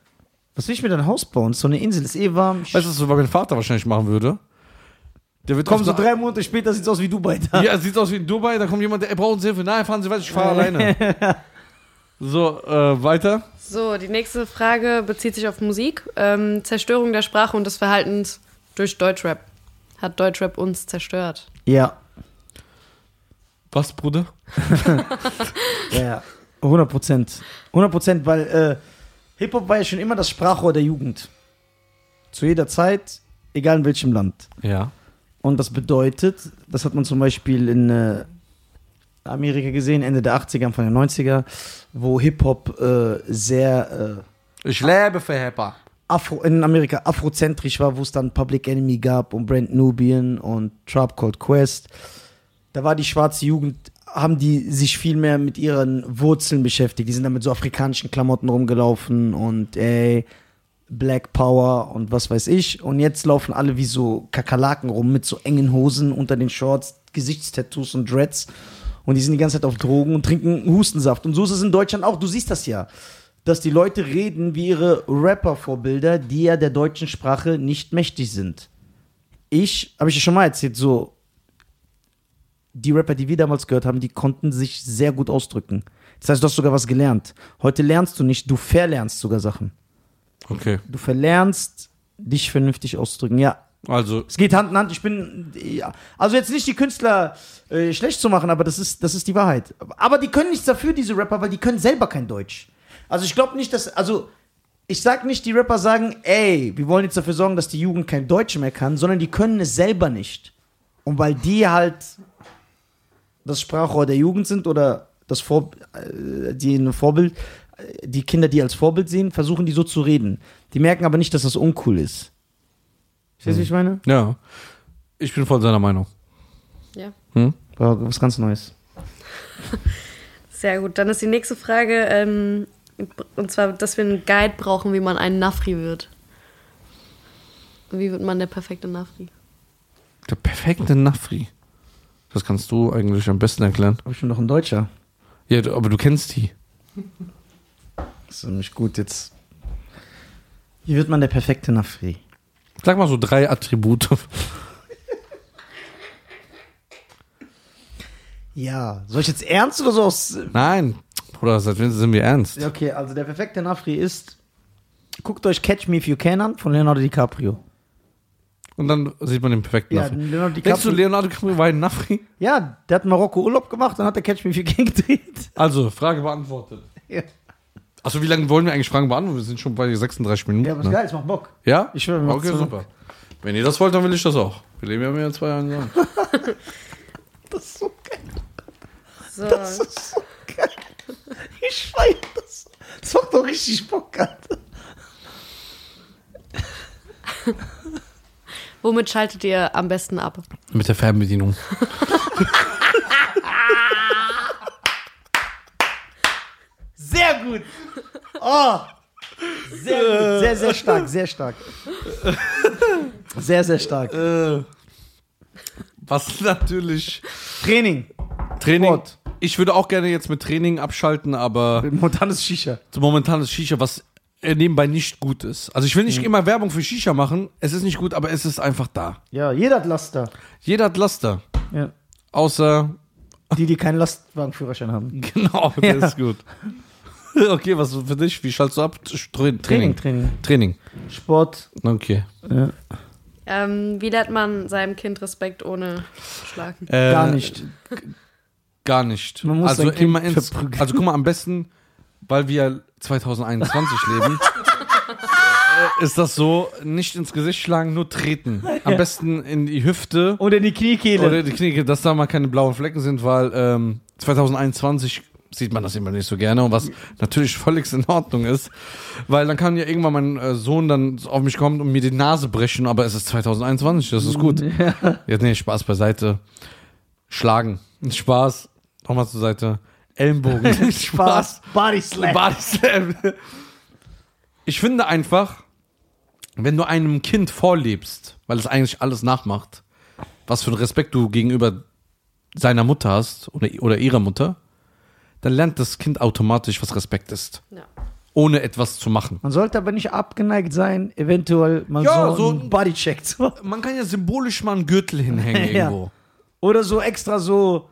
B: Was will ich mir dein Haus bauen? So eine Insel ist eh warm.
A: weißt du, was mein Vater wahrscheinlich machen würde? Der wird
B: Kommst du
A: so
B: drei Monate später, sieht's aus wie Dubai da.
A: Ja, sieht aus wie in Dubai, da kommt jemand, der braucht Hilfe. Nein, fahren Sie weiter, ich fahre alleine. *laughs* So, äh, weiter.
C: So, die nächste Frage bezieht sich auf Musik. Ähm, Zerstörung der Sprache und des Verhaltens durch Deutschrap. Hat Deutschrap uns zerstört?
B: Ja.
A: Was, Bruder?
B: Ja, ja. 100 Prozent. 100 Prozent, weil äh, Hip-Hop war ja schon immer das Sprachrohr der Jugend. Zu jeder Zeit, egal in welchem Land.
A: Ja.
B: Und das bedeutet, das hat man zum Beispiel in äh, Amerika gesehen, Ende der 80er, Anfang der 90er, wo Hip-Hop äh, sehr äh,
A: Ich lebe für Hepper.
B: Afro, in Amerika afrozentrisch war, wo es dann Public Enemy gab und Brand Nubian und Trap Called Quest. Da war die schwarze Jugend, haben die sich viel mehr mit ihren Wurzeln beschäftigt. Die sind dann mit so afrikanischen Klamotten rumgelaufen und ey, Black Power und was weiß ich. Und jetzt laufen alle wie so Kakerlaken rum mit so engen Hosen unter den Shorts, Gesichtstattoos und Dreads. Und die sind die ganze Zeit auf Drogen und trinken Hustensaft. Und so ist es in Deutschland auch. Du siehst das ja. Dass die Leute reden wie ihre Rapper-Vorbilder, die ja der deutschen Sprache nicht mächtig sind. Ich, habe ich ja schon mal erzählt, so, die Rapper, die wir damals gehört haben, die konnten sich sehr gut ausdrücken. Das heißt, du hast sogar was gelernt. Heute lernst du nicht, du verlernst sogar Sachen
A: Okay,
B: du verlernst, dich vernünftig auszudrücken. Ja,
A: also,
B: es geht Hand in Hand. Ich bin, ja. Also jetzt nicht die Künstler äh, schlecht zu machen, aber das ist, das ist die Wahrheit. Aber die können nichts dafür, diese Rapper, weil die können selber kein Deutsch. Also ich glaube nicht, dass, also ich sag nicht, die Rapper sagen, ey, wir wollen jetzt dafür sorgen, dass die Jugend kein Deutsch mehr kann, sondern die können es selber nicht. Und weil die halt das Sprachrohr der Jugend sind oder das Vor äh, die ein Vorbild, äh, die Kinder, die als Vorbild sehen, versuchen die so zu reden. Die merken aber nicht, dass das uncool ist. Verstehst du, wie ich meine?
A: ja. Ich bin voll seiner Meinung.
C: Ja.
B: War was ganz Neues.
C: Sehr gut. Dann ist die nächste Frage, ähm, und zwar, dass wir einen Guide brauchen, wie man ein Nafri wird. Wie wird man der perfekte Nafri?
A: Der perfekte Nafri. Das kannst du eigentlich am besten erklären.
B: Aber ich bin doch ein Deutscher.
A: Ja, du- aber du kennst die.
B: Ist doch nicht gut jetzt. Wie wird man der perfekte Nafri?
A: Sag mal so drei *laughs* Attribute.
B: Ja. Soll ich jetzt ernst oder so aus.
A: Nein, Bruder, seit wann sind wir ernst?
B: Ja, Okay, also der perfekte Nafri ist. Guckt euch Catch Me If You Can an von Leonardo DiCaprio.
A: Und dann sieht man den perfekten
B: Ja,
A: Nafri.
B: Leonardo
A: Denkst du,
B: DiCaprio.
A: Leonardo DiCaprio war ein Nafri?
B: Ja, der hat in Marokko Urlaub gemacht, dann hat er Catch Me If You Can *laughs* gedreht.
A: Also, Frage beantwortet.
B: Ja,
A: Also, wie lange wollen wir eigentlich Fragen beantworten? Wir sind schon bei 36 Minuten.
B: ja aber ist
A: ne?
B: geil, es macht Bock.
A: ja?
B: Ich schwöre, wir machen's
A: Okay,
B: zusammen.
A: super. Wenn ihr das wollt, dann will ich das auch. Wir leben ja mehr als zwei Jahre zusammen.
B: Das ist so geil.
C: So.
B: Das ist so geil. Ich feier das. Das macht doch richtig Bock, Alter.
C: Womit schaltet ihr am besten ab?
A: *laughs* Mit der Fernbedienung.
B: Sehr gut. Oh. Sehr, gut. sehr, sehr stark, sehr stark. Sehr, sehr stark.
A: Äh, Was natürlich.
B: Training.
A: Training.
B: Sport.
A: Ich würde auch gerne jetzt mit Training abschalten, aber
B: Momentanes Shisha.
A: so momentan ist Shisha, was äh, nebenbei nicht gut ist. Also ich will
B: Mhm.
A: nicht immer Werbung für Shisha machen. Es ist nicht gut, aber es ist einfach da.
B: Ja, jeder hat Laster.
A: Jeder hat Laster.
B: Ja.
A: Außer,
B: Die, die keinen Lastwagenführerschein haben.
A: genau, der
B: *laughs* Ja.
A: ist gut. *laughs* okay, was für dich? Wie schaltest du ab? Tra Training.
B: Training.
A: Training.
B: Sport.
A: Okay.
B: Ja.
C: Ähm, wie lernt man seinem Kind Respekt ohne Schlagen?
A: Äh,
B: Gar nicht.
A: Gar nicht.
B: Man muss
A: also
B: sein Kind
A: immer ins,
B: verprügeln.
A: Also guck mal, am besten, weil wir 2021
B: *laughs*
A: leben, äh, ist das so, nicht ins Gesicht schlagen, nur
B: *laughs*
A: treten. Am besten in die Hüfte
B: Oder die Kniekehle.
A: oder die Knie, dass da mal keine blauen Flecken sind, weil ähm, 2021 sieht man das immer nicht so gerne und was natürlich völlig in Ordnung ist, weil dann kann ja irgendwann mein äh, Sohn dann auf mich kommen und mir die Nase brechen, aber es ist 2021, das ist *laughs* gut. Jetzt nee, Spaß beiseite. Schlagen, Spaß, nochmal zur Seite. Ellenbogen, *laughs* Spaß.
B: Spaß. Body Slam.
A: Body Slam. Ich finde einfach, wenn du einem Kind vorlebst, weil es eigentlich alles nachmacht, was für einen Respekt du gegenüber seiner Mutter hast oder, oder ihrer Mutter, dann lernt das Kind automatisch, was Respekt ist,
C: Ja.
A: ohne etwas zu machen.
B: Man sollte aber nicht abgeneigt sein, eventuell mal
A: Ja,
B: so
A: so
B: einen
A: ein-
B: Bodycheck zu machen.
A: Man kann ja symbolisch mal einen Gürtel *laughs* hinhängen
B: Ja.
A: irgendwo.
B: Oder so extra so.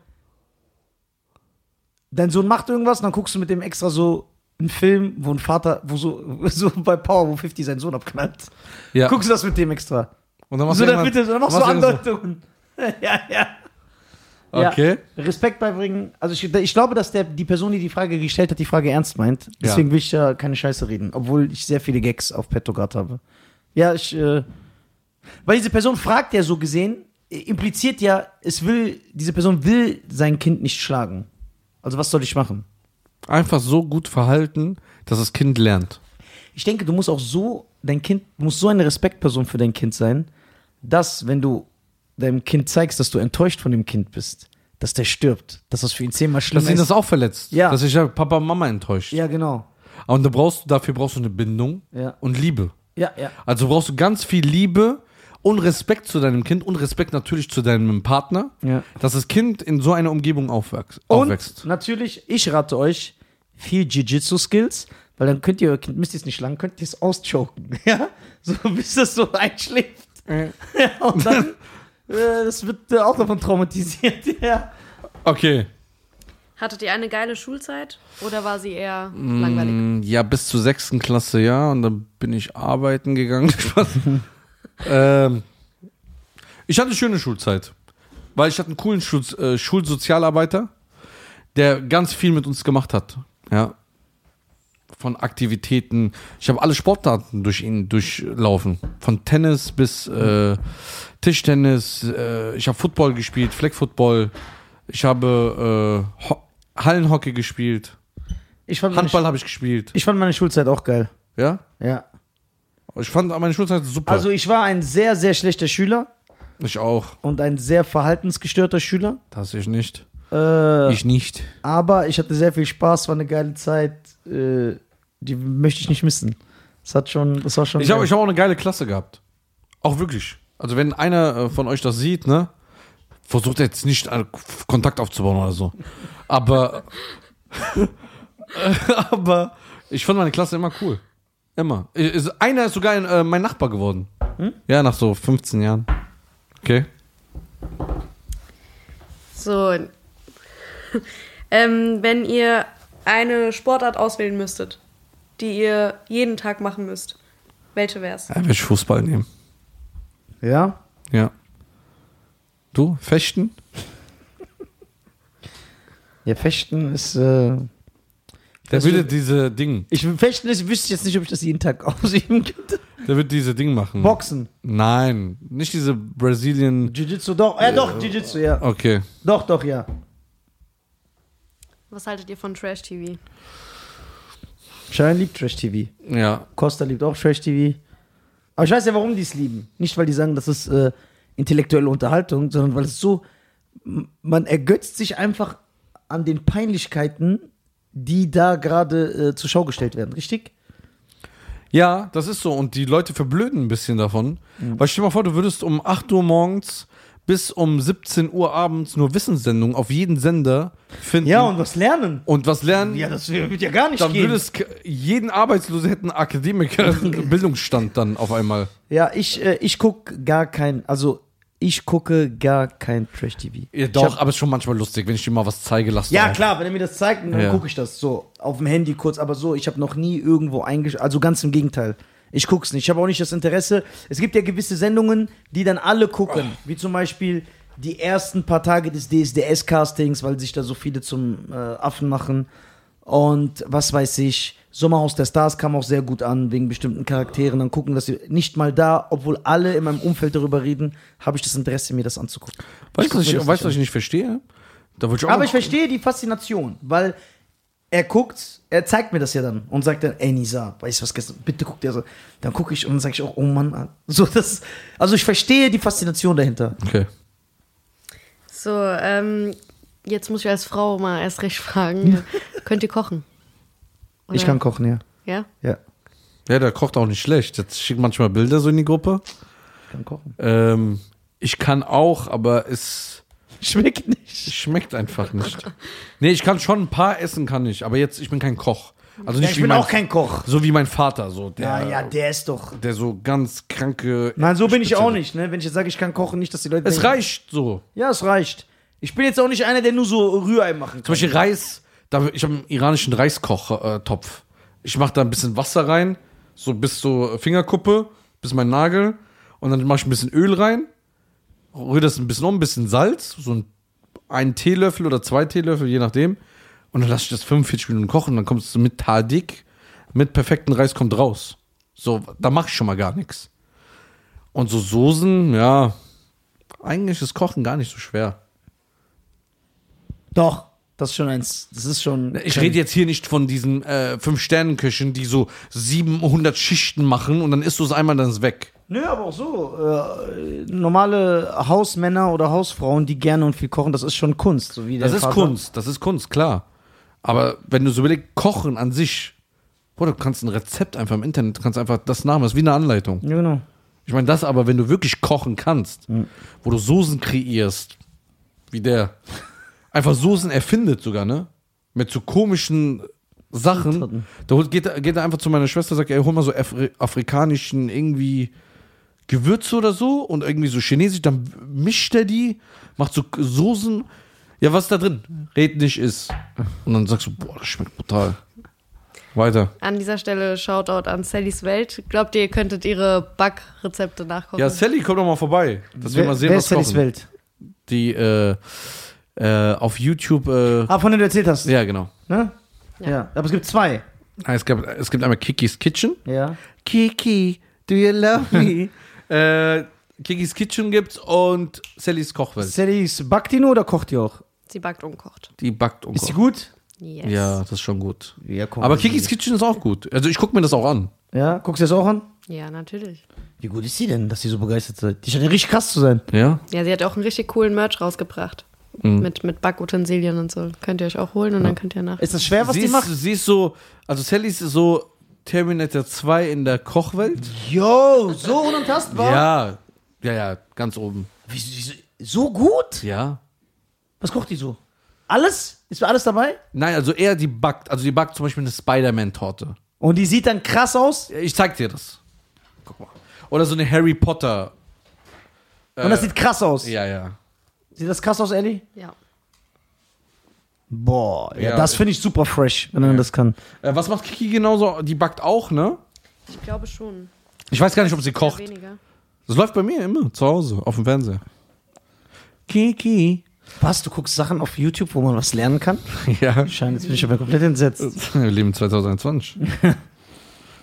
B: Dein Sohn macht irgendwas, dann guckst du mit dem extra so einen Film, wo ein Vater, wo so, *laughs* so bei Power, wo 50 seinen Sohn abknallt.
A: Ja.
B: Guckst du das mit dem extra?
A: Und dann machst
B: so,
A: du
B: dann
A: irgendwann-
B: bitte, dann machst du
A: machst irgendwann
B: Andeutungen. ja, ja.
A: so- Okay.
B: Ja, Respekt beibringen. Also ich, ich glaube, dass der, die Person, die die Frage gestellt hat, die Frage ernst meint. Deswegen will ich da keine Scheiße reden, obwohl ich sehr viele Gags auf Petto gehabt habe. Ja, ich, äh, weil diese Person fragt ja so gesehen, äh, impliziert ja, es will, diese Person will sein Kind nicht schlagen. Also was soll ich machen?
A: Einfach so gut verhalten, dass das Kind lernt.
B: Ich denke, du musst auch so, dein Kind, du musst so eine Respektperson für dein Kind sein, dass, wenn du deinem Kind zeigst, dass du enttäuscht von dem Kind bist, dass der stirbt, dass das für ihn zehnmal schlimmer
A: Dass ihn
B: ist.
A: das auch verletzt.
B: Ja.
A: Dass sich ja Papa und Mama enttäuscht.
B: ja, genau.
A: Und da brauchst du, dafür brauchst du eine Bindung
B: Ja.
A: und Liebe.
B: Ja, ja.
A: Also brauchst du ganz viel Liebe und Respekt zu deinem Kind und Respekt natürlich zu deinem Partner,
B: Ja.
A: dass das Kind in so einer Umgebung aufwächst.
B: Und
A: aufwächst.
B: natürlich, ich rate euch viel Jiu-Jitsu-Skills, weil dann könnt ihr euer Kind, müsst ihr es nicht schlagen, könnt ihr es auschoken. *laughs* Ja? So, bis das so einschläft. *laughs* Ja, und dann, äh, das wird äh, auch davon traumatisiert. *laughs* Ja.
A: Okay.
C: Hattet ihr eine geile Schulzeit oder war sie eher langweilig?
A: Mm, Ja, bis zur sechsten Klasse, ja. Und dann bin ich arbeiten gegangen. *laughs* Spaß. ähm, ich hatte eine schöne Schulzeit. Weil ich hatte einen coolen Schul äh, Schulsozialarbeiter, der ganz viel mit uns gemacht hat. Ja. Von Aktivitäten. Ich habe alle Sportarten durch ihn durchlaufen. Von Tennis bis äh, Tischtennis. Äh, ich habe Football gespielt, Flag Football. Ich habe äh, Ho Hallenhockey gespielt.
B: Ich, fand meine,
A: Handball
B: Sch-
A: habe ich gespielt.
B: ich fand meine Schulzeit auch geil.
A: Ja?
B: Ja.
A: Ich fand meine Schulzeit super.
B: Also,
A: Also-
B: ich war ein sehr, sehr schlechter Schüler.
A: Ich auch.
B: und ein sehr verhaltensgestörter Schüler.
A: Das ich nicht.
B: Äh,
A: Ich nicht.
B: aber ich hatte sehr viel Spaß, war eine geile Zeit. Äh, die möchte ich nicht missen. Das hat schon, das war schon.
A: Ich habe
B: geil.
A: ich hab auch eine geile Klasse gehabt. Auch wirklich. Also, wenn einer äh, von euch das sieht, ne, versucht jetzt nicht äh, Kontakt aufzubauen oder so. Aber. *laughs* aber ich fand meine Klasse immer cool. Immer. Ich- Ist, einer ist sogar äh, mein Nachbar geworden. Ja, nach so 15 Jahren. Okay.
C: So. *laughs* ähm, wenn ihr eine Sportart auswählen müsstet, die ihr jeden Tag machen müsst, welche wär's?
A: Ja, will ich Fußball nehmen.
B: ja.
A: Ja. Du, Fechten?
B: Ja, Fechten ist. Äh,
A: Der
B: Das
A: würde
B: wird-
A: diese Ding.
B: ich Fechten ist, wüsste ich jetzt nicht, ob ich das jeden Tag *laughs* ausüben könnte.
A: Der wird diese Ding machen.
B: Boxen.
A: Nein, nicht diese Brazilian.
B: Jiu-Jitsu, doch. Ja, Oh. doch, Jiu-Jitsu, ja.
A: Okay.
B: Doch, doch, ja.
C: Was haltet ihr von Trash TV?
B: Schein liebt Trash-TV.
A: Ja.
B: Costa liebt auch Trash-TV. Aber ich weiß ja, warum die es lieben. Nicht, weil die sagen, das ist äh, intellektuelle Unterhaltung, sondern weil es so, m- man ergötzt sich einfach an den Peinlichkeiten, die da gerade äh, zur Schau gestellt werden, richtig?
A: Ja, das ist so. Und die Leute verblöden ein bisschen davon.
B: Mhm.
A: Weil stell dir mal vor, du würdest um 8 Uhr morgens bis um 17 Uhr abends nur Wissenssendungen auf jeden Sender finden
B: Ja, und was lernen?
A: und was lernen.
B: Ja, das wird ja gar nicht
A: dann
B: gehen.
A: würde es k- jeden Arbeitslosen hätten
B: *laughs*
A: Akademiker Bildungsstand dann auf einmal.
B: Ja, ich, äh, ich gucke gar kein, also ich gucke gar kein Trash-TV.
A: Ja,
B: Ich
A: doch,
B: hab-
A: aber ist schon manchmal lustig, wenn ich dir mal was zeige, lass
B: Ja,
A: doch.
B: klar, wenn er mir das zeigt, dann
A: Ja.
B: gucke ich das so. Auf dem Handy kurz, aber so, ich habe noch nie irgendwo eingeschaltet. Also ganz im Gegenteil. Ich guck's nicht. Ich habe auch nicht das Interesse. Es gibt ja gewisse Sendungen, die dann alle gucken. Wie zum Beispiel die ersten paar Tage des DSDS-Castings, weil sich da so viele zum äh, Affen machen. Und was weiß ich, Sommerhaus der Stars kam auch sehr gut an, wegen bestimmten Charakteren. Dann gucken, dass sie nicht mal da, obwohl alle in meinem Umfeld darüber reden, habe ich das Interesse, mir das anzugucken.
A: Weißt du, was
B: guck mir
A: ich,
B: das
A: weißt,
B: nicht
A: du, was ich
B: an.
A: nicht verstehe? Da wollte ich auch
B: Aber
A: mal
B: ich verstehe die Faszination, weil er guckt, er zeigt mir das ja dann und sagt dann, ey Nisa, weißt du was gestern, bitte guck dir so. Dann gucke ich und dann sage ich auch, oh Mann, ah. so das, also ich verstehe die Faszination dahinter.
A: Okay.
C: So, ähm, jetzt muss ich als Frau mal erst
B: *laughs*
C: recht fragen. Könnt ihr kochen?
B: Ich kann kochen, ja.
C: Ja?
B: Ja,
A: Ja, der kocht auch nicht schlecht. Jetzt schickt manchmal Bilder so in die Gruppe.
B: ich kann kochen.
A: Ähm, ich kann auch, aber es
B: Schmeckt nicht.
A: schmeckt einfach nicht. Nee, ich kann schon ein paar essen, kann ich. Aber jetzt, ich bin kein Koch. Also nicht
B: ich
A: wie
B: bin
A: mein,
B: auch kein Koch.
A: so wie mein Vater, so der,
B: Ja, ja, der ist doch.
A: der so ganz kranke.
B: Nein, so bin ich
A: Spezial-
B: auch nicht, ne? Wenn ich jetzt sage, ich kann kochen, nicht, dass die Leute.
A: Es
B: denken-
A: reicht so.
B: Ja, es reicht. Ich bin jetzt auch nicht einer, der nur so Rührei machen
A: Zum
B: kann.
A: Beispiel Reis. Da, ich habe einen iranischen Reiskochtopf. Ich mache da ein bisschen Wasser rein, so bis zur Fingerkuppe, bis mein Nagel. Und dann mache ich ein bisschen Öl rein, rühre das ein bisschen um, ein bisschen Salz, so ein, einen Teelöffel oder zwei Teelöffel, je nachdem. Und dann lasse ich das 45 Minuten kochen. Dann kommt es mit Tadik, mit perfektem Reis kommt raus. So, da mache ich schon mal gar nichts. Und so Soßen, ja, eigentlich ist Kochen gar nicht so schwer.
B: Doch, das ist schon eins. Das ist schon.
A: Ich rede jetzt hier nicht von diesen äh, Fünf-Sternen-Köchen, die so 700 Schichten machen und dann isst du es einmal, dann ist es weg.
B: Nö, aber auch so. Äh, normale Hausmänner oder Hausfrauen, die gerne und viel kochen, das ist schon Kunst. So wie
A: Das
B: der
A: ist
B: Vater.
A: Kunst, das ist Kunst, klar. Aber wenn du so überlegst, Kochen an sich, boah, du kannst ein Rezept einfach im Internet, du kannst einfach das nachmachen, das ist wie eine Anleitung.
B: Ja, genau.
A: Ich meine, das aber, wenn du wirklich kochen kannst,
B: Hm.
A: wo du Soßen kreierst, wie der, einfach Soßen erfindet sogar, ne? Mit so komischen Sachen. Da holt- geht, er- geht er einfach zu meiner Schwester und sagt, ey, hol mal so Afri afrikanischen irgendwie Gewürze oder so und irgendwie so chinesisch, dann mischt er die, macht so K- Soßen. Ja, was ist da drin? Red nicht ist. Und dann sagst du, boah, das schmeckt brutal. Weiter.
C: An dieser Stelle Shoutout an Sallys Welt. Glaubt ihr, ihr könntet ihre Backrezepte nachkochen?
A: Ja, Sally, komm doch mal vorbei, dass wir mal sehen,
B: wer
A: was
B: ist Sallys
A: kochen.
B: Welt?
A: die äh, äh, auf YouTube. Äh,
B: Ah, von dem du erzählt hast.
A: ja, genau.
B: Ne? Ja. Aber es gibt zwei.
A: Ah, Es, gab, es gibt einmal Kikis Kitchen.
B: Ja.
A: Kiki, do you love me? *laughs* äh, Kikis Kitchen gibt's und Sallys Kochwelt.
B: Sallys backt die nur oder kocht die auch?
A: Oh
C: Sie backt und kocht.
A: Die backt und
B: Ist die gut?
A: kocht.
C: Yes.
A: Ja, das ist schon gut.
B: Ja, komm.
A: Aber Kikis Kitchen ist auch gut. Also ich gucke mir das auch an.
B: Ja, guckst du das auch an?
C: Ja, natürlich.
B: Wie gut ist sie denn, dass sie so begeistert seid? Die scheint ja richtig krass zu sein.
A: Ja?
C: Ja, sie hat auch einen richtig coolen Merch rausgebracht.
A: Mhm.
C: Mit, mit Backutensilien und so. Könnt ihr euch auch holen und dann könnt ihr nach.
B: Ist das schwer, was
A: sie,
B: die
A: ist,
B: macht?
A: sie ist so, also Sally ist so Terminator 2 in der Kochwelt.
B: Yo, so unantastbar.
A: Ja. Ja, ja, ganz oben.
B: Wieso- wieso- so gut?
A: Ja.
B: Was kocht die so? Alles? Ist alles dabei?
A: Nein, also eher die backt, also die backt zum Beispiel eine Spider-Man-Torte.
B: Und die sieht dann krass aus.
A: Ich zeig dir das. Guck mal. Oder so eine Harry Potter.
B: Und das sieht krass aus.
A: Äh, Ja, ja.
B: Sieht das krass aus, Ellie?
C: Ja.
B: Boah, ja,
A: Ja, äh,
B: das
A: ich-
B: finde ich super fresh, wenn man das kann.
A: Äh, was macht Kiki genauso? Die backt auch, ne?
C: Ich glaube schon.
A: Ich weiß gar nicht, ob sie
C: Ja,
A: kocht.
C: weniger.
A: Das läuft bei mir immer zu Hause, auf dem Fernseher. Kiki.
B: Was, du guckst Sachen auf YouTube, wo man was lernen kann?
A: *laughs* Ja.
B: Schein, jetzt bin ich aber komplett entsetzt.
A: Wir leben 2021.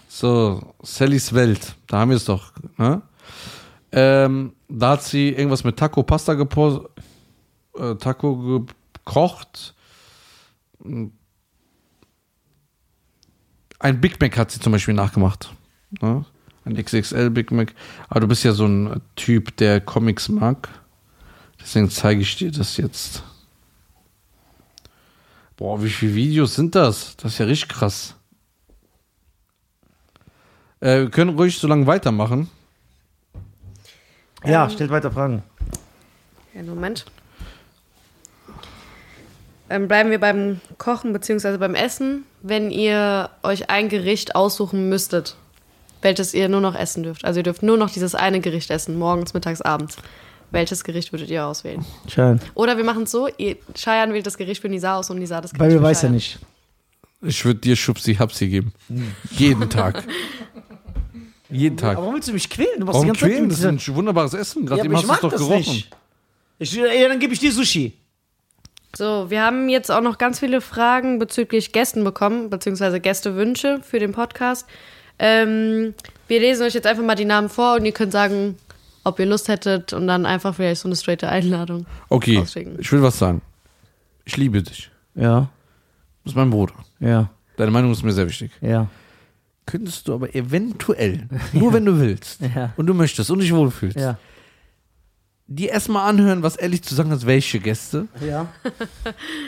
A: so, Sallys Welt. Da haben wir es doch. Ne? Ähm, da hat sie irgendwas mit Taco Pasta gepo äh, Taco gekocht. Ein Big Mac hat sie zum Beispiel nachgemacht. Ne? Ein XXL Big Mac. Aber du bist ja so ein Typ, der Comics mag. Deswegen zeige ich dir das jetzt. Boah, wie viele Videos sind das? Das ist ja richtig krass. Äh, wir können ruhig so lange weitermachen.
B: Ja, stellt weiter Fragen.
C: Einen Moment. Ähm, bleiben wir beim Kochen bzw. beim Essen. Wenn ihr euch ein Gericht aussuchen müsstet, welches ihr nur noch essen dürft. Also ihr dürft nur noch dieses eine Gericht essen, morgens, mittags, abends. Welches Gericht würdet ihr auswählen?
B: Schein.
C: Oder wir machen es so, ihr, Cheyenne wählt das Gericht für Nisa aus und Nisa das Gericht
B: Weil wir
C: für
B: weiß ja
C: Cheyenne.
B: nicht.
A: Ich würde dir Schubsi Hapsi geben.
B: *laughs*
A: Jeden Tag. Jeden Tag.
B: Aber warum willst du mich quälen? Du machst
A: Warum
B: die ganze
A: quälen? Das ist
B: Zeit mit
A: ein wunderbares Essen. Gerade
B: dieser-
A: eben hast du es doch gerochen.
B: Ich, ja, dann gebe ich dir Sushi.
C: So, wir haben jetzt auch noch ganz viele Fragen bezüglich Gästen bekommen, beziehungsweise Gästewünsche für den Podcast. Ähm, wir lesen euch jetzt einfach mal die Namen vor und ihr könnt sagen, ob ihr Lust hättet und dann einfach vielleicht so eine straighte Einladung. *laughs*
A: Okay,
C: Ausschicken.
A: ich will was sagen. Ich liebe dich.
B: Ja,
A: Du bist mein Bruder.
B: ja,
A: Deine Meinung ist mir sehr wichtig.
B: ja.
A: Könntest du
B: *laughs*
A: aber eventuell, nur wenn du willst
B: Ja.
A: und du möchtest und dich wohlfühlst,
B: Ja.
A: dir erstmal anhören, was ehrlich zu sagen hat, welche Gäste
B: Ja,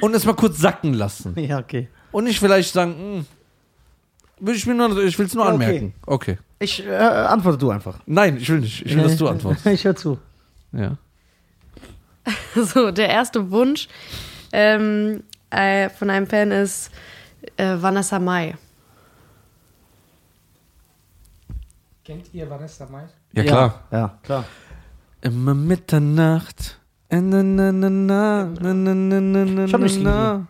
A: und es mal kurz sacken lassen.
B: *laughs* ja okay. Und
A: und nicht vielleicht sagen, hm, will ich mir nur, ich will es nur
B: Ja, okay.
A: anmerken. Okay.
B: ich äh, antworte du einfach.
A: Nein, ich will nicht. Ich will, dass du
B: *laughs*
A: antwortest.
B: Ich höre zu.
A: Ja.
C: So, der erste Wunsch ähm, äh, von einem Fan ist äh, Vanessa Mai.
D: Kennt ihr Vanessa Mai?
A: Ja, klar.
B: Ja, klar.
A: Immer Mitternacht. Äh, Na, na, na, na, na, na, na, na, na,
B: Ich hab nichts gegen
A: na.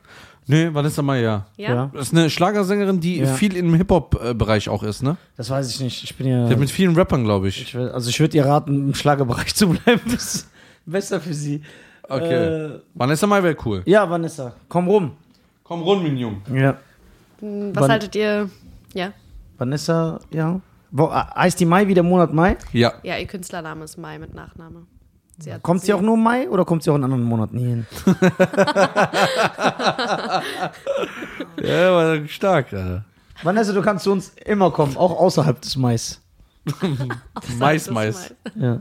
A: Nee, Vanessa Mai, ja.
C: Ja?
B: Ja.
A: Das ist eine Schlagersängerin, die
B: Ja.
A: viel im Hip-Hop-Bereich auch ist, ne?
B: Das weiß ich nicht. Ich bin ja.
A: Die hat mit vielen Rappern, glaube ich.
B: Ich will, also ich würde ihr raten, im Schlagerbereich *laughs* zu bleiben. Das ist besser für sie.
A: Okay.
B: Äh,
A: Vanessa Mai wäre cool.
B: ja, Vanessa, komm rum.
A: Komm rund, mein Junge.
B: Ja.
C: Was
B: Van-
C: haltet ihr? Ja?
B: Vanessa, ja. Wo, äh, heißt die Mai wie der Monat Mai?
A: Ja.
C: Ja, ihr Künstlername ist Mai mit Nachname. Sie hat-
B: Kommt sie auch nur im Mai oder kommt sie auch in anderen Monaten hier hin?
A: Ja, war stark, Alter.
B: Vanessa, du kannst zu uns immer kommen, auch außerhalb des Mais.
A: Mais,
C: Das
A: Mais.
B: Ja,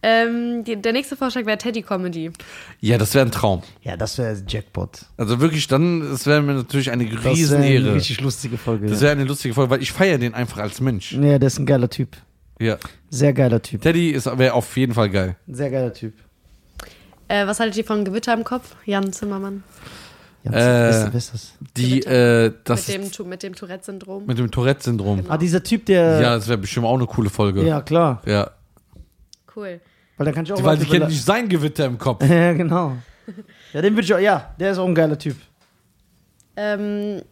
C: Ähm, die, der nächste Vorschlag wäre Teddy Comedy.
A: Ja, das wäre ein Traum.
B: ja das wäre Jackpot.
A: Also wirklich, dann, es wäre mir natürlich eine
B: Das wär
A: Riesenehre.
B: Eine richtig lustige Folge.
A: Das wäre eine lustige Folge, weil ich feiere den einfach als Mensch.
B: ja. ja, der ist ein geiler Typ.
A: Ja.
B: Sehr geiler Typ.
A: Teddy wäre auf jeden Fall geil.
B: Sehr geiler Typ.
C: Äh, was haltet ihr von Gewitter im Kopf? Jan Zimmermann.
B: Ja,
A: Äh,
B: wer ist das?
A: Die, äh, das
C: Mit dem, Genau.
A: ist
C: Tu- mit dem Tourette-Syndrom.
A: mit dem Tourette-Syndrom.
B: Ah, dieser Typ, der.
A: Äh. Ja, das wäre bestimmt auch eine coole Folge. Ja.
B: ja klar.
C: Cool.
B: Weil dann kann ich auch
A: Weil
B: Leute
A: die kennen
B: bela-
A: nicht sein Gewitter im Kopf.
B: *laughs* Ja, genau. Ja, den würde ich auch, ja, der ist auch ein geiler Typ.
C: Ähm,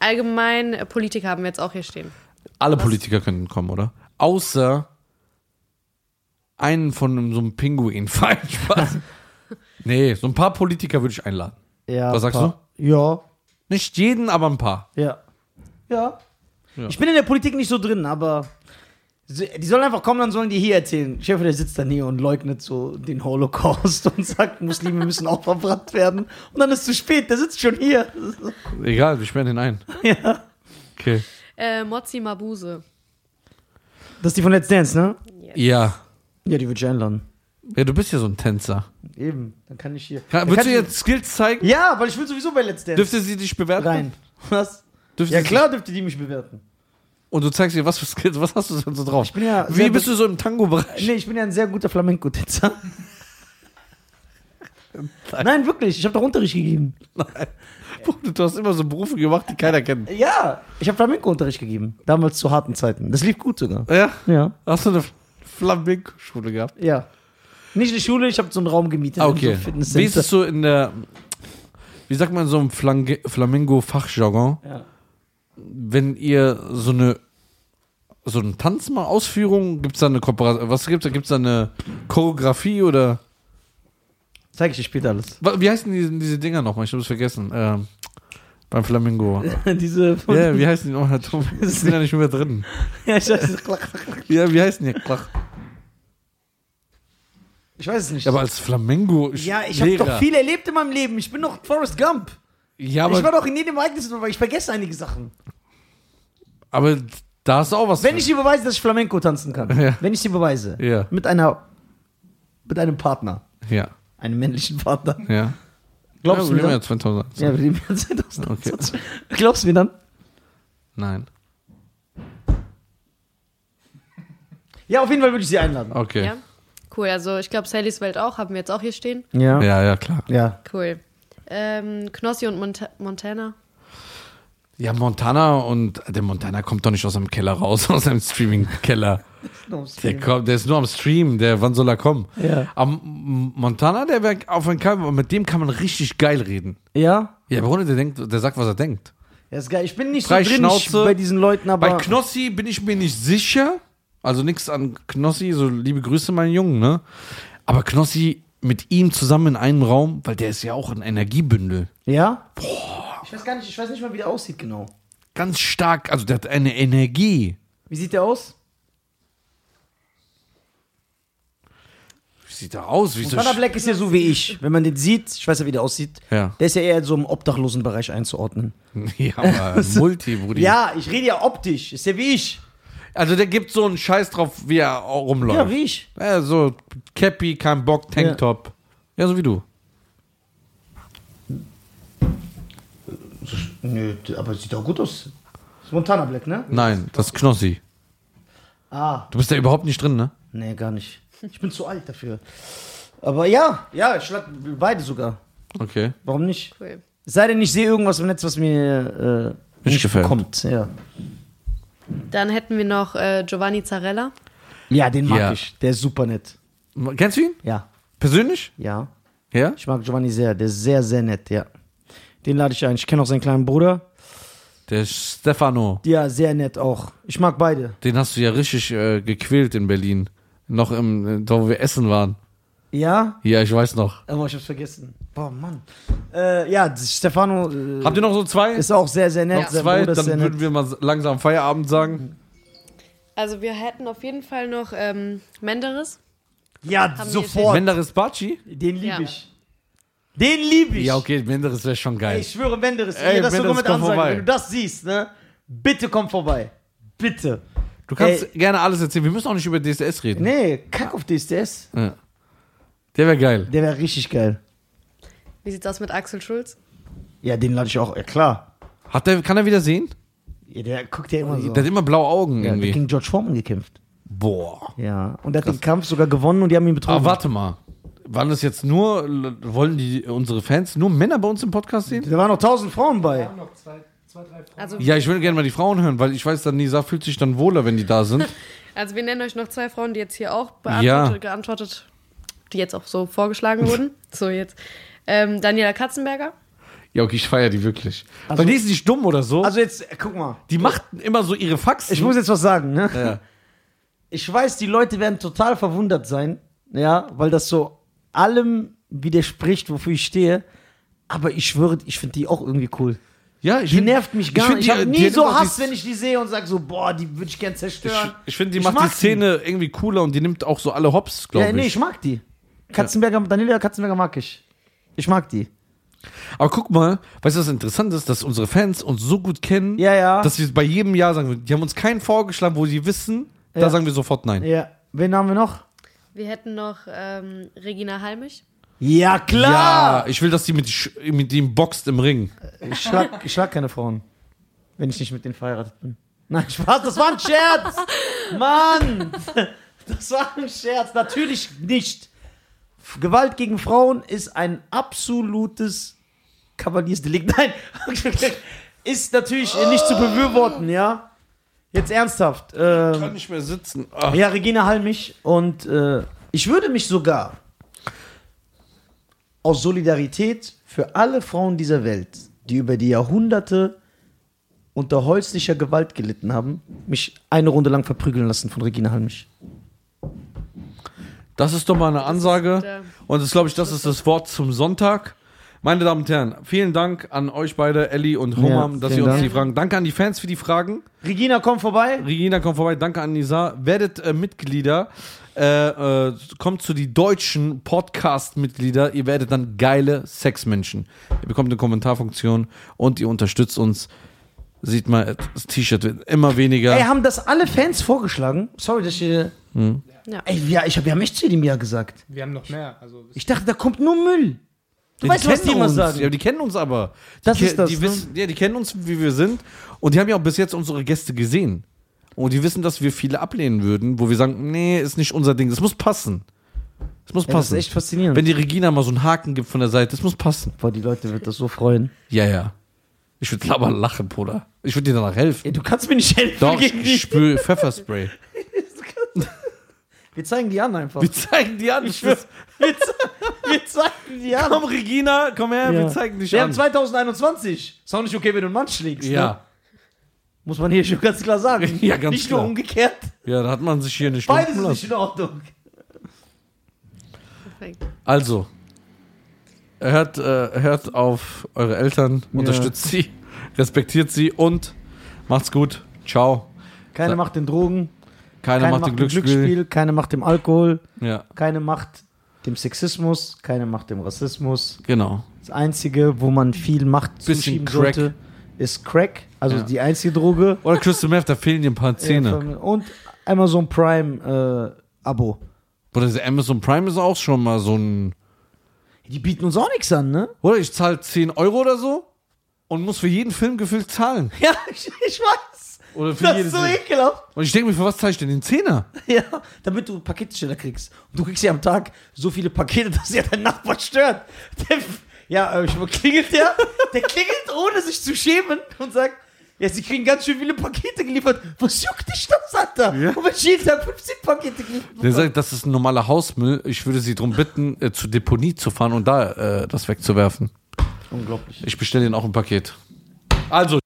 C: allgemein, äh, Politiker haben wir jetzt auch hier stehen.
A: Alle Politiker könnten kommen, oder? Außer einen von einem- so einem *laughs* Pinguin-Verein. Spaß. nee, so ein paar Politiker würde ich einladen.
B: Ja,
A: Was sagst
B: du? Ja,
A: Nicht jeden, aber ein paar.
B: ja. Ja.
A: Ja.
B: Ich bin in der Politik nicht so drin, aber sie- die sollen einfach kommen, dann sollen die hier erzählen. Ich hoffe, der sitzt dann hier und leugnet so den Holocaust *laughs* und sagt, Muslime müssen auch verbrannt werden. Und dann ist es zu spät, der sitzt schon hier. *laughs*
A: Egal, wir sperren den ein.
B: ja.
A: Okay.
C: Äh, Mozi Mabuse.
B: Das ist die von Let's Dance, ne?
A: Ja.
B: Ja, die würde ich einladen.
A: Ja, du bist ja so ein Tänzer.
B: Eben, dann kann ich hier.
A: Kann,
B: Dann
A: willst
B: kann
A: du
B: ich-
A: jetzt Skills zeigen?
B: Ja, weil ich will sowieso bei Let's Dance
A: Dürfte sie dich bewerten?
B: rein. Was?
A: Dürfte
B: Ja,
A: sie-
B: klar dürfte die mich bewerten.
A: Und du zeigst ihr, was für Skills, was hast du denn so drauf?
B: bin ja
A: Wie
B: sehr
A: bist du so im Tango-Bereich?
B: Nee, ich bin ja ein sehr guter Flamenco-Tänzer. Nein, wirklich, ich habe doch Unterricht gegeben.
A: Bruder, Du hast immer so Berufe gemacht, die keiner kennt.
B: Ja, ich habe Flamenco-Unterricht gegeben. Damals zu harten Zeiten. Das lief gut sogar.
A: Ja?
B: Ja.
A: Hast du eine Flamenco-Schule gehabt?
B: Ja. Nicht eine Schule, ich habe so einen Raum gemietet.
A: Ah,
B: in So
A: okay.
B: einem
A: Wie ist
B: Fitnesscenter.
A: es so in der, wie sagt man so im Flange- Flamingo-Fachjargon,
B: Ja.
A: wenn ihr so eine, so eine Tanz mal Ausführung, gibt's da eine Kooperation, was gibt's da, gibt's da eine Choreografie oder,
B: Zeig ich dir später
A: *laughs*
B: alles.
A: Wa- wie heißen diese, diese Dinger nochmal? Ich hab's vergessen, ähm,
B: *laughs*
A: beim Flamingo.
B: Diese.
A: Ja, wie heißen
B: *laughs*
A: die nochmal? Tom, Wir sind ja nicht mehr drin.
B: ja, ich, weiß,
A: Ja, wie heißen die? Klach.
B: ich weiß es nicht.
A: Aber als Flamingo.
B: ja, ich habe doch viel erlebt in meinem Leben. Ich bin doch Forrest Gump.
A: Ja, aber,
B: ich war doch in jedem Ereignis, aber ich vergesse einige Sachen.
A: aber da hast du auch was.
B: Wenn ich dir beweise, dass ich Flamenco tanzen kann.
A: Ja.
B: Wenn ich dir beweise.
A: Ja.
B: Mit einer. Mit einem Partner.
A: Ja,
B: Einem männlichen Partner.
A: ja.
B: Glaubst
A: ja,
B: du mir
A: Ja,
B: dann?
A: 2001.
B: Ja, wir leben ja 2020. *laughs* Glaubst du mir dann?
A: Nein.
B: Ja, auf jeden Fall würde ich sie einladen.
A: Okay.
C: Ja. Cool, also ich glaube, Sallys Welt auch, haben wir jetzt auch hier stehen.
B: Ja.
A: Ja, ja, klar.
B: Ja.
C: Cool. Ähm, Knossi und Monta Montana.
A: Ja, Montana und der Montana kommt doch nicht aus dem Keller raus, *laughs* aus dem Streaming-Keller. Der, kommt, der ist nur am Stream, der wann soll er kommen?
B: Ja.
A: Aber M- Montana, der wäre auf einen Kabel, mit dem kann man richtig geil reden.
B: Ja.
A: Ja, aber ohne der denkt, der sagt, was er denkt.
B: Ja, ist geil. Ich bin nicht
A: Frei
B: so drin ich,
A: Schnauze.
B: bei diesen Leuten, aber.
A: Bei Knossi bin ich mir nicht sicher. Also nichts an Knossi, so liebe Grüße, meinen Jungen, ne? Aber Knossi mit ihm zusammen in einem Raum, weil der ist ja auch ein Energiebündel.
B: ja? Ich weiß gar nicht, ich weiß nicht mal, wie der aussieht genau.
A: Ganz stark, also der hat eine Energie.
B: Wie sieht der aus?
A: Wie sieht er aus? Wie so
B: Montana
A: sch-
B: Black ist ja so wie ich. Wenn man den sieht, ich weiß ja, wie der aussieht.
A: Ja.
B: Der ist ja eher so im obdachlosen Bereich einzuordnen.
A: *laughs* ja,
B: *laughs*
A: aber Multi, Brudi.
B: Ja, ich rede ja optisch. Ist ja wie ich.
A: Also der gibt so einen Scheiß drauf, wie er auch rumläuft.
B: Ja, wie ich.
A: Ja, so Cappy, kein Bock, Tanktop. Ja. so wie du.
B: Nö, aber sieht auch gut aus. Ist Montana Black, ne?
A: Nein, das ist Knossi.
B: Ah,
A: Du bist da überhaupt nicht drin, ne?
B: nee, gar nicht. Ich bin zu alt dafür. Aber ja, ja, ich schlag beide sogar.
A: Okay.
B: Warum nicht?
C: Cool.
B: Es sei denn, ich sehe irgendwas im Netz, was mir äh,
A: Nicht gefällt.
B: kommt. Ja.
C: Dann hätten wir noch äh, Giovanni Zarella.
B: ja, den mag
A: Ja.
B: ich. Der ist super nett.
A: Kennst du ihn?
B: Ja,
A: Persönlich?
B: ja.
A: Ja?
B: Ich mag Giovanni sehr. Der ist sehr, sehr nett, ja. Den lade ich ein. Ich kenne auch seinen kleinen Bruder.
A: Der Stefano.
B: Ja, sehr nett auch. Ich mag beide.
A: Den hast du ja richtig äh, gequält in Berlin. Noch im, äh, da wo wir essen waren.
B: Ja?
A: Ja, ich weiß noch.
B: Aber ich hab's vergessen. Boah, Mann. Äh, ja, Stefano äh,
A: Habt ihr noch so zwei?
B: ist auch sehr, sehr nett.
A: noch
B: Sein
A: zwei?
B: Bruder ist
A: Dann
B: sehr
A: würden
B: nett.
A: wir mal langsam Feierabend sagen.
C: Also wir hätten auf jeden Fall noch ähm, Menderes.
B: Ja,
C: Haben
B: sofort.
A: Menderes Baci?
B: Den liebe
C: Ja.
B: ich. Den liebe ich.
A: Ja, okay, Menderes wäre schon geil.
B: Ey, ich schwöre, Menderes, wenn
A: Ey,
B: ihr das sogar
A: Menderes,
B: mit
A: komm
B: Ansage,
A: vorbei.
B: wenn du das siehst, ne? Bitte komm vorbei. Bitte.
A: du kannst
B: ey.
A: gerne alles erzählen. Wir müssen auch nicht über DSS reden.
B: Nee, kack auf DSDS.
A: Ja. Der wäre geil.
B: Der wäre richtig geil.
C: Wie sieht's aus mit Axel Schulz?
B: Ja, den lade ich auch. Ja, klar.
A: Hat der, kann er wieder sehen?
B: Ja, der guckt ja immer so.
A: Der hat immer blaue
B: Also.
A: Augen
B: Ja, der hat
A: irgendwie.
B: gegen George Foreman gekämpft.
A: Boah.
B: Ja, und er hat den Kampf sogar gewonnen und die haben ihn betrogen.
A: Aber Ah, warte mal. Waren das jetzt nur, wollen die unsere Fans nur Männer bei uns im Podcast sehen?
B: Da waren noch tausend Frauen bei.
D: noch zwei, zwei, drei Fragen.
C: Also,
A: Ja, ich würde gerne mal die Frauen hören, weil ich weiß, dann Nisa fühlt sich dann wohler, wenn die da sind.
C: also wir nennen euch noch zwei Frauen, die jetzt hier auch
A: Ja.
C: beantwortet, geantwortet, die jetzt auch so vorgeschlagen wurden. So jetzt. Ähm, Daniela Katzenberger.
A: Ja, okay, ich feiere die wirklich. Also, Weil die ist nicht dumm oder so.
B: Also jetzt, äh, guck mal.
A: die macht immer so ihre Faxen.
B: Ich muss jetzt was sagen, ne?
A: Ja.
B: *laughs* Ich weiß, die Leute werden total verwundert sein, ja, weil das so allem widerspricht, wofür ich stehe. Aber ich schwöre, ich finde die auch irgendwie cool.
A: ja, ich
B: Die
A: find-
B: nervt mich gar
A: find
B: nicht. Ich
A: die-
B: habe
A: die
B: nie
A: hat
B: so
A: immer die-
B: Hass, wenn ich die sehe und sage so, boah, die würde ich gern zerstören.
A: Ich, ich finde, die
B: Ich
A: macht
B: mag
A: die Szene irgendwie cooler und die nimmt auch so alle Hops, glaube
B: ja, nee, ich
A: ich.
B: mag die. Katzenberger, Daniela Katzenberger mag ich. Ich mag die.
A: Aber guck mal, weißt du, was interessant ist, dass unsere Fans uns so gut kennen,
B: Ja, ja.
A: dass wir bei jedem Jahr sagen, die haben uns keinen vorgeschlagen, wo sie wissen, Da sagen wir sofort nein.
B: Ja. Wen haben wir noch?
C: Wir hätten noch ähm, Regina Halmich.
B: Ja,
A: Ja, ich will, dass die mit, Sch- mit dem boxt im Ring.
B: Ich, schlag, ich schlag keine Frauen, wenn ich nicht mit denen verheiratet bin. Nein, Spaß, das war ein Scherz! Mann! Das war ein Scherz, natürlich nicht. F- Gewalt gegen Frauen ist ein absolutes Kavaliersdelikt. Nein, *laughs* ist natürlich äh, nicht zu befürworten, ja? Jetzt ernsthaft. ähm,
A: nicht mehr sitzen.
B: ja, Regina Halmich und äh, ich würde mich sogar aus Solidarität für alle Frauen dieser Welt, die über die Jahrhunderte unter häuslicher Gewalt gelitten haben, mich eine Runde lang verprügeln lassen von Regina Halmich.
A: Das ist doch mal eine Ansage.
C: der-
A: Und das glaube ich, das ist das Wort zum Sonntag. Meine Damen und Herren, vielen Dank an euch beide, Elli und Homam, dass ihr
B: vielen
A: uns
B: Dank.
A: die Fragen. Danke an die Fans für die Fragen.
B: Regina, komm vorbei.
A: Regina, kommt vorbei. Danke an Nisa. Werdet äh, Mitglieder. Äh, äh, kommt zu die deutschen Podcast-Mitglieder. Ihr werdet dann geile Sexmenschen. Ihr bekommt eine Kommentarfunktion und ihr unterstützt uns. Sieht mal, das T-Shirt wird immer weniger.
B: Ey, haben das alle Fans vorgeschlagen? Sorry, dass ich. äh,
C: Ja.
B: Ey, ja, ich habe ja mich zu dem Jahr gesagt.
D: Wir haben noch mehr. Also,
B: Ich dachte, da kommt nur Müll. Du weißt, was die
A: kennen
B: immer
A: uns.
B: sagen.
A: Ja, die kennen uns aber. Die
B: Das
A: ke-
B: ist das,
A: Die,
B: ne?
A: wissen, ja, die kennen uns, wie wir sind. Und die haben ja auch bis jetzt unsere Gäste gesehen. Und die wissen, dass wir viele ablehnen würden, wo wir sagen, nee, ist nicht unser Ding. Das muss passen. Das
B: Ey,
A: muss
B: das
A: passen.
B: ist echt faszinierend.
A: Wenn die Regina mal so einen Haken gibt von der Seite, das muss passen.
B: Boah, die Leute wird das so freuen.
A: Ja, ja. Ich würde aber lachen, Bruder. Ich würde dir danach helfen.
B: Ey, du kannst mir nicht helfen
A: Doch, ich,
B: gegen die.
A: ich spüre Pfefferspray.
B: Wir zeigen die an einfach.
A: *laughs* Wir zeigen dir an. Ich ist,
B: Wir, ze- wir zeigen die an.
A: komm, Regina, komm her, wir
B: Ja.
A: zeigen dich
B: wir
A: an.
B: haben 2021. Ist auch nicht okay, wenn du einen Mann schlägst. Ne?
A: ja.
B: Muss man hier schon ganz klar sagen.
A: *laughs* Ja, ganz
B: nicht
A: klar.
B: nur umgekehrt.
A: ja, da hat man sich hier nicht
B: Beides
A: lumpen
B: ist
A: lassen.
B: nicht in Ordnung.
C: Perfekt.
A: Also, hört, äh, hört auf eure Eltern, unterstützt sie, *laughs* respektiert sie und macht's gut. Ciao.
B: Keine
A: Ja.
B: macht den Drogen.
A: Keiner
B: keine
A: macht den Glücksspiel.
B: Keine macht dem Alkohol.
A: Ja,
B: Keine macht dem Sexismus. Keine macht dem Rassismus.
A: genau.
B: Das Einzige, wo man viel Macht
A: Bisschen
B: zuschieben
A: Crack.
B: sollte, ist Crack. Also
A: Ja.
B: die einzige Droge.
A: Oder Crystal Meth, da fehlen dir ein *laughs* paar Zähne.
B: Und Amazon Prime äh, Abo.
A: Oder diese Amazon Prime ist auch schon mal so ein.
B: Die bieten uns auch nichts an, ne?
A: Oder ich zahle 10 Euro oder so und muss für jeden Film gefühlt zahlen.
B: *laughs* Ja, ich, ich weiß.
A: Oder für
B: Das
A: jedes
B: ist so
A: Ding.
B: ekelhaft.
A: Und ich denke mir, für was zahle ich denn den Zehner?
B: Ja, damit du Pakete schneller kriegst. Und du kriegst ja am Tag so viele Pakete, *laughs* dass ja dein Nachbar stört. Der, ja, äh, ich klingelt der. Der klingelt, ohne sich zu schämen und sagt, ja, sie kriegen ganz schön viele Pakete geliefert. Was juckt dich das, Alter?
A: Ja.
B: Und wenn ich jeden Tag 15 Pakete geliefert
A: Der sagt, das ist ein normaler Hausmüll. Ich würde sie darum bitten, äh, zur Deponie zu fahren und da äh, das wegzuwerfen.
B: Unglaublich.
A: Ich bestelle ihnen auch ein Paket. Also.